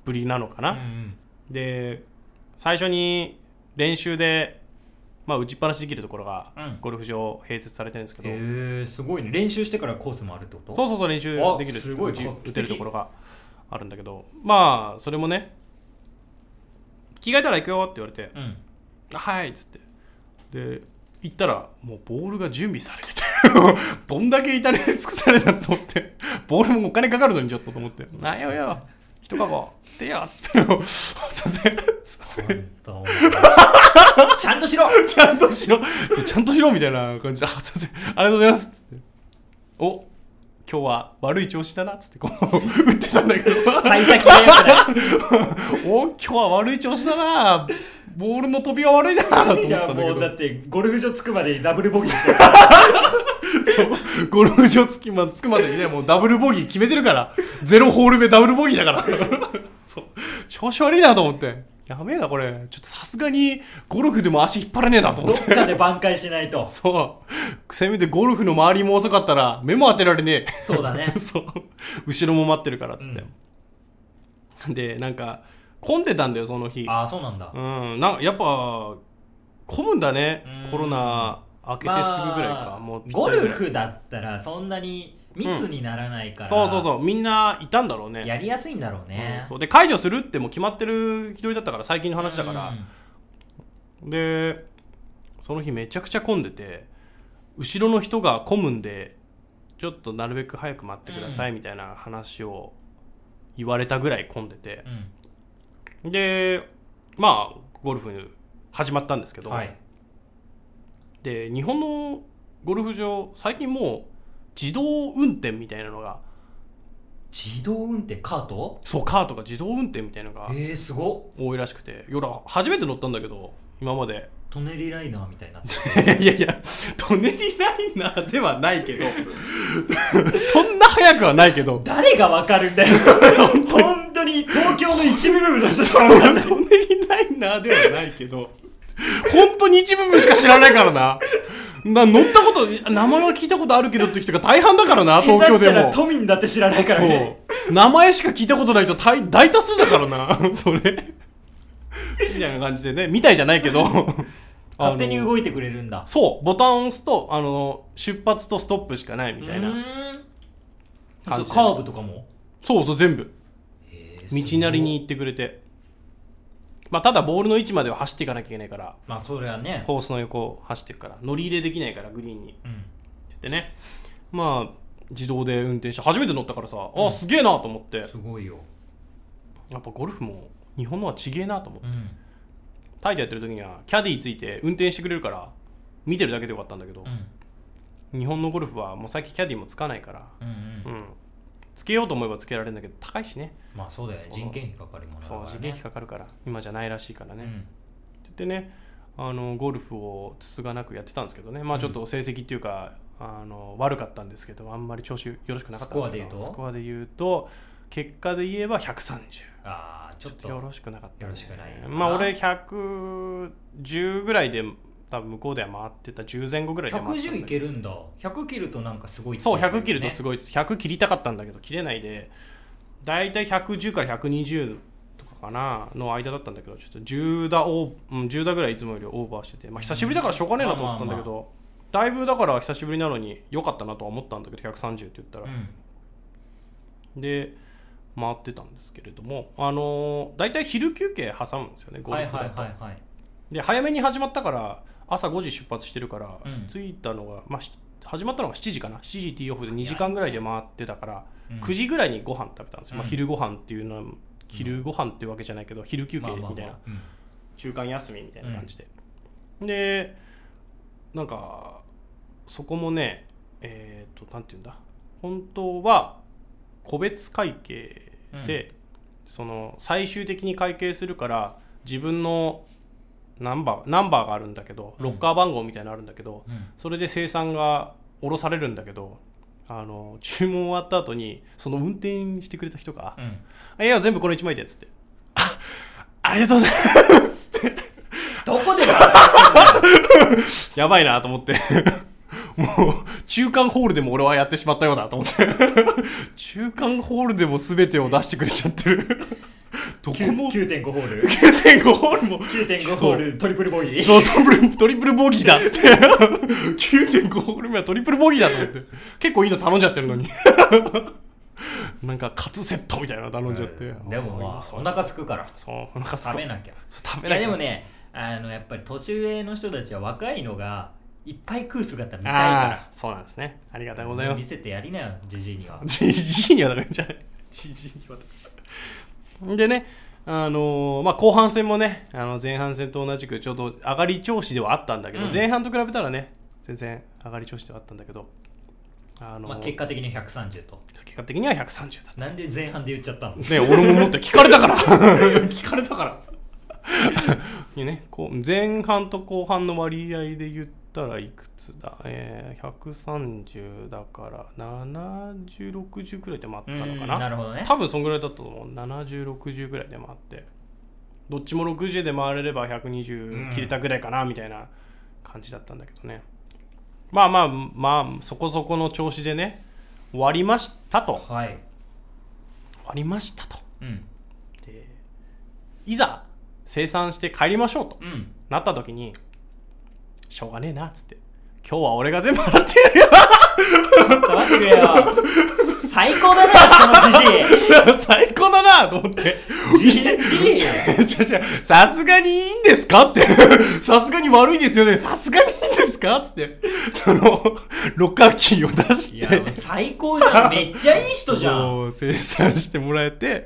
Speaker 2: ぶりなのか
Speaker 1: う
Speaker 2: な、
Speaker 1: ん
Speaker 2: で最初に練習で、まあ、打ちっぱなしできるところが
Speaker 1: うん
Speaker 2: ゴルフ場併設されてるんですけど、
Speaker 1: えー、すごいね練習してからコースもあるってこと
Speaker 2: そうそうそう練習
Speaker 1: あ
Speaker 2: できる
Speaker 1: すごい
Speaker 2: 打ち
Speaker 1: 画期的
Speaker 2: 打てるところがあるんだけどまあそれもね着替えたら行くよって言われて
Speaker 1: うん
Speaker 2: はいっつってで行ったらもうボールが準備されてて どんだけ至れり尽くされたと思ってボールもお金かかるのにちょっとと思って「なんよよ一箱てや」っつって「 すいませんすいません
Speaker 1: 本当ちゃんとしろ
Speaker 2: ちゃんとしろそうちゃんとしろ」みたいな感じで「あすいませんありがとうございます」っつって「お今日は悪い調子だな」っつってこう打ってたんだけど
Speaker 1: 幸先が良く ない
Speaker 2: お今日は悪い調子だなボールの飛びが悪いなと思って
Speaker 1: い
Speaker 2: た
Speaker 1: や
Speaker 2: んだけ
Speaker 1: もう
Speaker 2: ど
Speaker 1: だってゴルフ場着くまでにダブルボギーしてる
Speaker 2: そう ゴルフ場つき,、ま、つくまでにね、もうダブルボギー決めてるから、ゼロホール目ダブルボギーだから、 そう調子悪いなと思って、やべえな、これ、ちょっとさすがにゴルフでも足引っ張らねえなと思
Speaker 1: ど
Speaker 2: っ、
Speaker 1: ってかで挽回しないと
Speaker 2: そう、せめてゴルフの周りも遅かったら、目も当てられね
Speaker 1: そうだね
Speaker 2: え、 そう、後ろも待ってるからっつって、で、なんか、混んでたんだよ、その日。
Speaker 1: ああそうなんだ
Speaker 2: うん、なんかやっぱ、混むんだね
Speaker 1: う、ん
Speaker 2: コロナ明けてすぐぐらいか、
Speaker 1: まあ
Speaker 2: もうぴっ
Speaker 1: ゴ
Speaker 2: たり
Speaker 1: ル
Speaker 2: ぐらい
Speaker 1: フだったらそんなに密にならないから、
Speaker 2: そうそうそうみんないたんだろうね
Speaker 1: やりやすいんだろうね
Speaker 2: うん、そうで解除するってもう決まってる一人だったから最近の話だから、
Speaker 1: うん
Speaker 2: でその日めちゃくちゃ混んでて後ろの人が混むんでちょっとなるべく早く待ってくださいみたいな話を言われたぐらい混んでて
Speaker 1: う、ん
Speaker 2: でまあゴルフ始まったんですけど、
Speaker 1: はい
Speaker 2: で日本のゴルフ場最近もう自動運転みたいなのが
Speaker 1: 自動運転カート
Speaker 2: そうカートが自動運転みたいなのが
Speaker 1: えー、すごっ
Speaker 2: 多いらしくていや俺初めて乗ったんだけど今まで
Speaker 1: トネリライナーみたいになってる
Speaker 2: いやいやトネリライナーではないけど そんな速くはないけど
Speaker 1: 誰がわかるんだよ本当に東京の一部分の人しか
Speaker 2: ト
Speaker 1: わかんな
Speaker 2: ネ
Speaker 1: い
Speaker 2: リライナーではないけど本当に一部分しか知らないからなな乗ったこと名前は聞いたことあるけどって人が大半だから な
Speaker 1: 下
Speaker 2: 東
Speaker 1: 手
Speaker 2: 京
Speaker 1: し
Speaker 2: で
Speaker 1: たら
Speaker 2: も
Speaker 1: 都民だって知らないからね
Speaker 2: そう名前しか聞いたことないと大大多数だからな それみたいな感じでねみたいじゃないけ ど
Speaker 1: 勝手に
Speaker 2: あの
Speaker 1: 動いてくれるんだ
Speaker 2: そうボタンを押すとあの出発とストップしかないみたいうな
Speaker 1: ーん
Speaker 2: 感じ
Speaker 1: そうカーブとかも
Speaker 2: そうそう全部
Speaker 1: え
Speaker 2: 道
Speaker 1: ー
Speaker 2: なりに行ってくれてまあただボールの位置までは走っていかなきゃいけないから
Speaker 1: まあそれはね
Speaker 2: コースの横を走っていくから乗り入れできないからグリーンに
Speaker 1: うん
Speaker 2: でねまあ自動で運転して初めて乗ったからさ、あすげえなと思ってや
Speaker 1: すごいよ
Speaker 2: っぱゴルフも日本のはちげえなと思って
Speaker 1: うん
Speaker 2: タイでやってる時にはキャディーついて運転してくれるから見てるだけでよかったんだけど
Speaker 1: う、ん
Speaker 2: 日本のゴルフはもう最近キャディーもつかないから
Speaker 1: うんうん
Speaker 2: うんつけようと思えばつけられるんだけど高いしね
Speaker 1: まあそうだよね人件費かかるもんだか
Speaker 2: そ
Speaker 1: ら
Speaker 2: う
Speaker 1: ね
Speaker 2: 時間費かかるから今じゃないらしいからね、
Speaker 1: う
Speaker 2: って
Speaker 1: ん
Speaker 2: 言ってねあのゴルフをつつがなくやってたんですけどねまあちょっと成績っていうか、あの悪かったんですけどあんまり調子よろしくなかったんですけど
Speaker 1: ス
Speaker 2: ス
Speaker 1: コ
Speaker 2: コアで言うと結果で言えば130
Speaker 1: ああちょっと
Speaker 2: よろしくなかった、
Speaker 1: よろしくない
Speaker 2: まあ俺110ぐらいで多分向こうでは回ってた10前後ぐらいで回ってたん
Speaker 1: 110い
Speaker 2: だけど
Speaker 1: けるんだ100切るとなんかすごい
Speaker 2: そう100切るとす
Speaker 1: ごい
Speaker 2: ごい100切りたかったんだけど切れないで大体110から120とかかなの間だったんだけどちょっと10打オー、うん、10打ぐらいいつもよりオーバーしてて、まあ、久しぶりだからしょうがねえなと思ったんだけど、だいぶだから久しぶりなのに良かったなとは思ったんだけど130って言ったら、
Speaker 1: うん
Speaker 2: で回ってたんですけれども、あのー、大体昼休憩挟むんですよねゴ
Speaker 1: は
Speaker 2: ル
Speaker 1: い
Speaker 2: フだと、
Speaker 1: はいはいはい
Speaker 2: で早めに始まったから朝5時出発してるから、
Speaker 1: うん
Speaker 2: 着いたのが、まあ、し始まったのが7時かな7時ティーオフで2時間ぐらいで回ってたから、
Speaker 1: うん
Speaker 2: 9時ぐらいにご飯食べたんですよ、ま
Speaker 1: う
Speaker 2: あ、
Speaker 1: ん
Speaker 2: 昼ご飯っていうのは昼ご飯っていうわけじゃないけど昼休憩みたいな、
Speaker 1: まあまあまあうん
Speaker 2: 中間休みみたいな感じで、でなんかそこもねえっ、となんて言うんだ本当は個別会計で、その最終的に会計するから自分のナンバーナンバーがあるんだけど
Speaker 1: うん
Speaker 2: ロッカー番号みたいなのあるんだけど、
Speaker 1: うん
Speaker 2: それで生産が下ろされるんだけどあの注文終わった後にその運転してくれた人が「
Speaker 1: うん
Speaker 2: いや全部この1枚で」っつって「あありがとうございます」
Speaker 1: どこで爆発する
Speaker 2: やばいなと思って。 もう、中間ホールでも俺はやってしまったようだと思って。 中間ホールでも全てを出してくれちゃってる。どこ
Speaker 1: の
Speaker 2: も
Speaker 1: 9.5ホ ール
Speaker 2: 9.5ホールも。
Speaker 1: 9.5ホールトリプルボギー
Speaker 2: そうトリプル、トリプルボギーだっつって。9.5ホール目はトリプルボギーだと思って。結構いいの頼んじゃってるのに。なんか、カツセットみたいなの頼んじゃって。
Speaker 1: でもまあ
Speaker 2: そう
Speaker 1: お腹すくから
Speaker 2: そう、お腹すく
Speaker 1: 食べなきゃ
Speaker 2: そう食べ
Speaker 1: い
Speaker 2: な
Speaker 1: や
Speaker 2: きゃ
Speaker 1: でもねあのやっぱり年上の人たちは若いのがいっぱい食う姿見たい
Speaker 2: あ
Speaker 1: か
Speaker 2: あ、そうなんですね。ありがと
Speaker 1: ら
Speaker 2: うございます
Speaker 1: 見。せてやりなよじじいには
Speaker 2: じじいにはなるんじゃないじじいにはなるでね、あのーまあ、後半戦もねあの前半戦と同じくちょうど上がり調子ではあったんだけど、
Speaker 1: うん
Speaker 2: 前半と比べたらね全然上がり調子ではあったんだけど、あのー
Speaker 1: まあ、結果的に130と
Speaker 2: 結果的には130だっ
Speaker 1: なんで前半で言っちゃったの
Speaker 2: たね俺も思った聞かれたから 聞かれたからにね、こう前半と後半の割合で言ったらいくつだ、えー、130だから7060くらいで回ったのか
Speaker 1: うん
Speaker 2: な
Speaker 1: なるほどね
Speaker 2: 多分そんぐらいだったと思う7060ぐらいで回ってどっちも60で回れれば
Speaker 1: うん
Speaker 2: 120切れたぐらいかなみたいな感じだったんだけどね、まあまあまあそこそこの調子でね終わりましたと終
Speaker 1: はい
Speaker 2: わりましたと
Speaker 1: うん
Speaker 2: でいざ生産して帰りましょうと
Speaker 1: うん
Speaker 2: なった時にしょうがねえなっつって今日は俺が全部払ってやるよ
Speaker 1: ちょっと待ってくれよ最高だなそのじ
Speaker 2: 最高だなと思って
Speaker 1: じいじじい
Speaker 2: 違う違う さすがにいいんですかって。さすがに悪いですよね。さすがにいいんですかっつって。その、ロッカーキーを出
Speaker 1: い
Speaker 2: して
Speaker 1: や、もう最高じゃんめっちゃいい人じゃん
Speaker 2: もう生産してもらえて、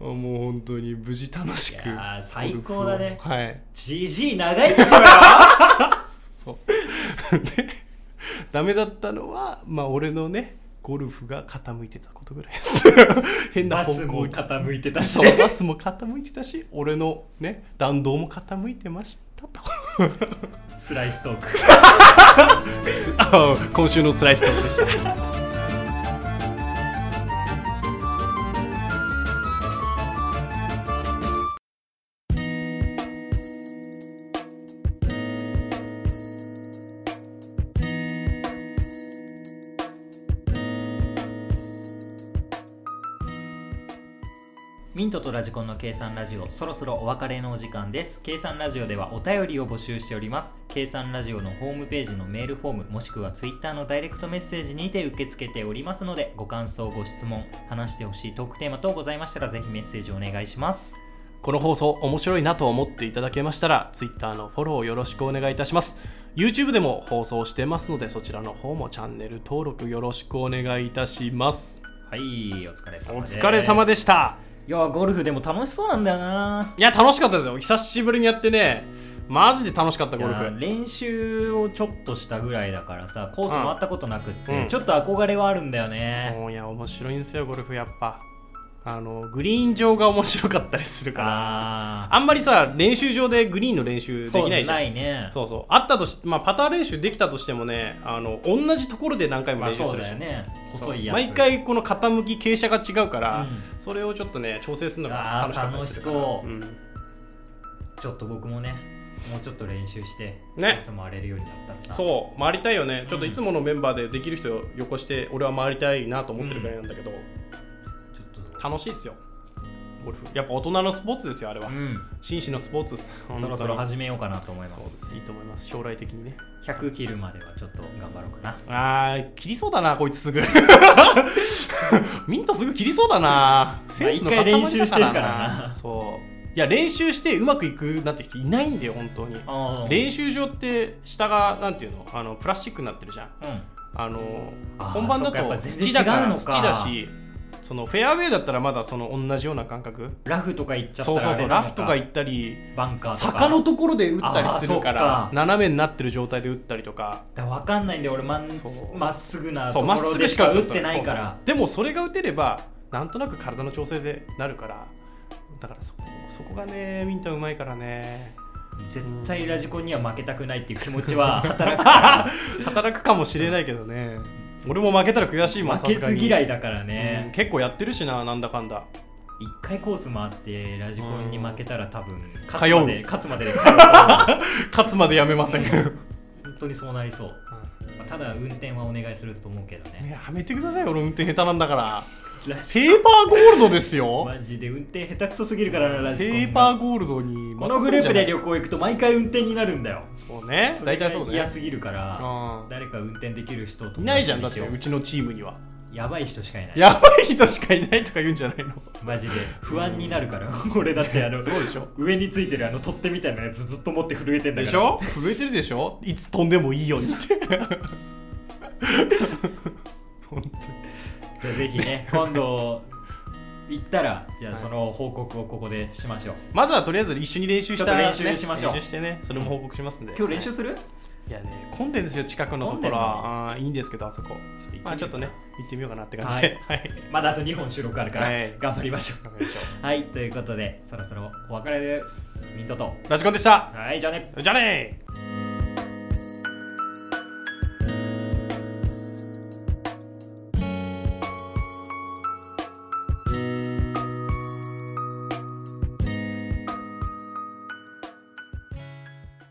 Speaker 2: もう本当に無事楽しく。
Speaker 1: いやー最高だね
Speaker 2: ゴルフをはい。
Speaker 1: じじい長いで しょよ
Speaker 2: そう。で、ダメだったのは、まあ俺のね、ゴルフが傾いてたことぐらい です。変な
Speaker 1: バ
Speaker 2: 方
Speaker 1: ス
Speaker 2: 向
Speaker 1: も
Speaker 2: に。
Speaker 1: 傾いてたし
Speaker 2: そう、バスも傾いてたし、俺のね、弾道も傾いてましたと。
Speaker 1: スライストーク
Speaker 2: あ今週のスライストークでした。
Speaker 1: ミントとラジコンの計算ラジオそろそろお別れのお時間です計算ラジオではお便りを募集しております計算ラジオのホームページのメールフォームもしくはツイッターのダイレクトメッセージにて受け付けておりますのでご感想ご質問話してほしいトークテーマ等ございましたらぜひメッセージお願いします
Speaker 2: この放送面白いなと思っていただけましたら Twitter のフォローよろしくお願いいたします YouTube でも放送してますのでそちらの方もチャンネル登録よろしくお願いいたします
Speaker 1: はいお疲れ様です
Speaker 2: お疲れ様でした
Speaker 1: いやゴルフでも楽しそうなんだよない
Speaker 2: や楽しかったですよ久しぶりにやってねマジで楽しかったゴル
Speaker 1: いや
Speaker 2: フ
Speaker 1: 練習をちょっとしたぐらいだからさコース回ったことなくって、
Speaker 2: うん
Speaker 1: ちょっと憧れはあるんだよね
Speaker 2: そういや面白いんですよゴルフやっぱあのグリーン上が面白かったりするから
Speaker 1: あ
Speaker 2: あんまりさ練習上でグリーンの練習で
Speaker 1: そう
Speaker 2: きないじゃん
Speaker 1: ないね
Speaker 2: そうそうあったとし、まあ、パター練習できたとしてもねあの同じところで何回も
Speaker 1: まあ
Speaker 2: 練習
Speaker 1: そ
Speaker 2: す
Speaker 1: う
Speaker 2: る
Speaker 1: だ
Speaker 2: し、
Speaker 1: よね細いやつ
Speaker 2: 毎回この傾き傾斜が違うから、
Speaker 1: うん
Speaker 2: それをちょっとね調整するのが
Speaker 1: あー
Speaker 2: 楽しかったりするから
Speaker 1: 楽しそうんちょっと僕もねもうちょっと練習して、
Speaker 2: ね
Speaker 1: いつも荒れるようになったらな
Speaker 2: そう回りたいよねちょっと
Speaker 1: うん
Speaker 2: いつものメンバーでできる人をよこして俺は回りたいなと思ってるぐらいなんだけ
Speaker 1: ち
Speaker 2: ど、
Speaker 1: ょっ
Speaker 2: 楽しいですよゴルフやっぱ大人のスポーツですよあれは、
Speaker 1: とうん
Speaker 2: 紳士のスポーツです
Speaker 1: そろそろ
Speaker 2: 本
Speaker 1: 始めようかなと思い
Speaker 2: 当
Speaker 1: ま
Speaker 2: にそ
Speaker 1: す
Speaker 2: うですいいと思います将来的にね
Speaker 1: 100切るまではちょっと頑張ろうかな
Speaker 2: あー切りそうだなこいつすぐ ミントすぐ切りそうだなセンスの塊だから
Speaker 1: 一回練習してるからな
Speaker 2: そういや練習してうまくいくなんて人いないんだよ本当に
Speaker 1: あ
Speaker 2: 練習場って下がなんていうのあのプラスチックになってるじゃん
Speaker 1: うん
Speaker 2: あの
Speaker 1: あー
Speaker 2: 本番だ
Speaker 1: そっかや
Speaker 2: と
Speaker 1: っぱ全然
Speaker 2: 土だか
Speaker 1: 違うの
Speaker 2: ら
Speaker 1: か
Speaker 2: 土だしそのフェアウェイだったらまだその同じような感覚
Speaker 1: ラフとか行っちゃった
Speaker 2: そ
Speaker 1: ら
Speaker 2: うそうそう
Speaker 1: あれなの
Speaker 2: ラフとか行ったり
Speaker 1: バンカーとか
Speaker 2: 坂のところで打ったりするか
Speaker 1: あーそっから
Speaker 2: 斜めになってる状態で打ったりとか
Speaker 1: だから分かんないんで俺まん
Speaker 2: そう
Speaker 1: まっすぐなと
Speaker 2: そう
Speaker 1: こ
Speaker 2: まっ
Speaker 1: ろ
Speaker 2: す
Speaker 1: で
Speaker 2: ぐ
Speaker 1: し
Speaker 2: し
Speaker 1: か
Speaker 2: か
Speaker 1: 打ってないか
Speaker 2: そう
Speaker 1: ら
Speaker 2: そうでもそれが打てればなんとなく体の調整でなるからだからそこそこがねミントはうまいからね
Speaker 1: 絶対ラジコンには負けたくないっていう気持ちは働くか
Speaker 2: 働くかもしれないけどね俺も負けたら悔しいも
Speaker 1: ら
Speaker 2: ん
Speaker 1: 負けず
Speaker 2: さすが
Speaker 1: 嫌
Speaker 2: に
Speaker 1: いだから
Speaker 2: うん
Speaker 1: ね
Speaker 2: 結構やってるしななんだかんだ
Speaker 1: 一回コース回ってラジコンに負けたら多分勝
Speaker 2: 通
Speaker 1: つ
Speaker 2: う
Speaker 1: まで勝つまでで通う 本
Speaker 2: 勝つまでやめません
Speaker 1: 当にそうなりそうまあただ運転はお願いすると思うけどね
Speaker 2: やめてくだ さい俺運転下手なんだから
Speaker 1: ラジ
Speaker 2: ペーパーゴールドですよ
Speaker 1: マジで運転下手くそすぎるからなラジ
Speaker 2: ペ
Speaker 1: コンが
Speaker 2: ーパーゴールドに
Speaker 1: このグループで旅行行くと毎回運転になるんだよ
Speaker 2: そうね大体そう
Speaker 1: れが嫌
Speaker 2: ね
Speaker 1: すぎるから
Speaker 2: うん
Speaker 1: 誰か運転できる人と
Speaker 2: いないじゃんだって
Speaker 1: 友達
Speaker 2: う
Speaker 1: にしよ
Speaker 2: ちのチームには
Speaker 1: うやばい人しかいない
Speaker 2: やばい人しかいないとか言うんじゃないの
Speaker 1: マジで不安になるから 俺だってあの
Speaker 2: そうでしょ
Speaker 1: 上についてるあの取っ手みたいなやつずっと持って震えてんだから
Speaker 2: でしょ震えてるでしょいつ飛んでもいいようにって本
Speaker 1: じゃあぜひ ね今度行ったらじゃあ
Speaker 2: はい
Speaker 1: その報告をここでしましょう
Speaker 2: まずはとりあえず一緒に練習したら、ね、
Speaker 1: ちょっと練習しましょう
Speaker 2: 練習してねそれも報告しますんで
Speaker 1: 今日練習
Speaker 2: はい
Speaker 1: する
Speaker 2: いやね混んでるんですよ近くのと
Speaker 1: 混
Speaker 2: こ
Speaker 1: んでん
Speaker 2: ろ
Speaker 1: の
Speaker 2: はあーいいんですけどあそこまあちょっとね行ってみようかなって感じではい、
Speaker 1: まだあと2本収録あるから
Speaker 2: はい
Speaker 1: 頑張りましょ
Speaker 2: わかりましょ
Speaker 1: うはいということでそろそろお別れですミントと
Speaker 2: うラジコンでした
Speaker 1: はいじゃあね
Speaker 2: じゃあねー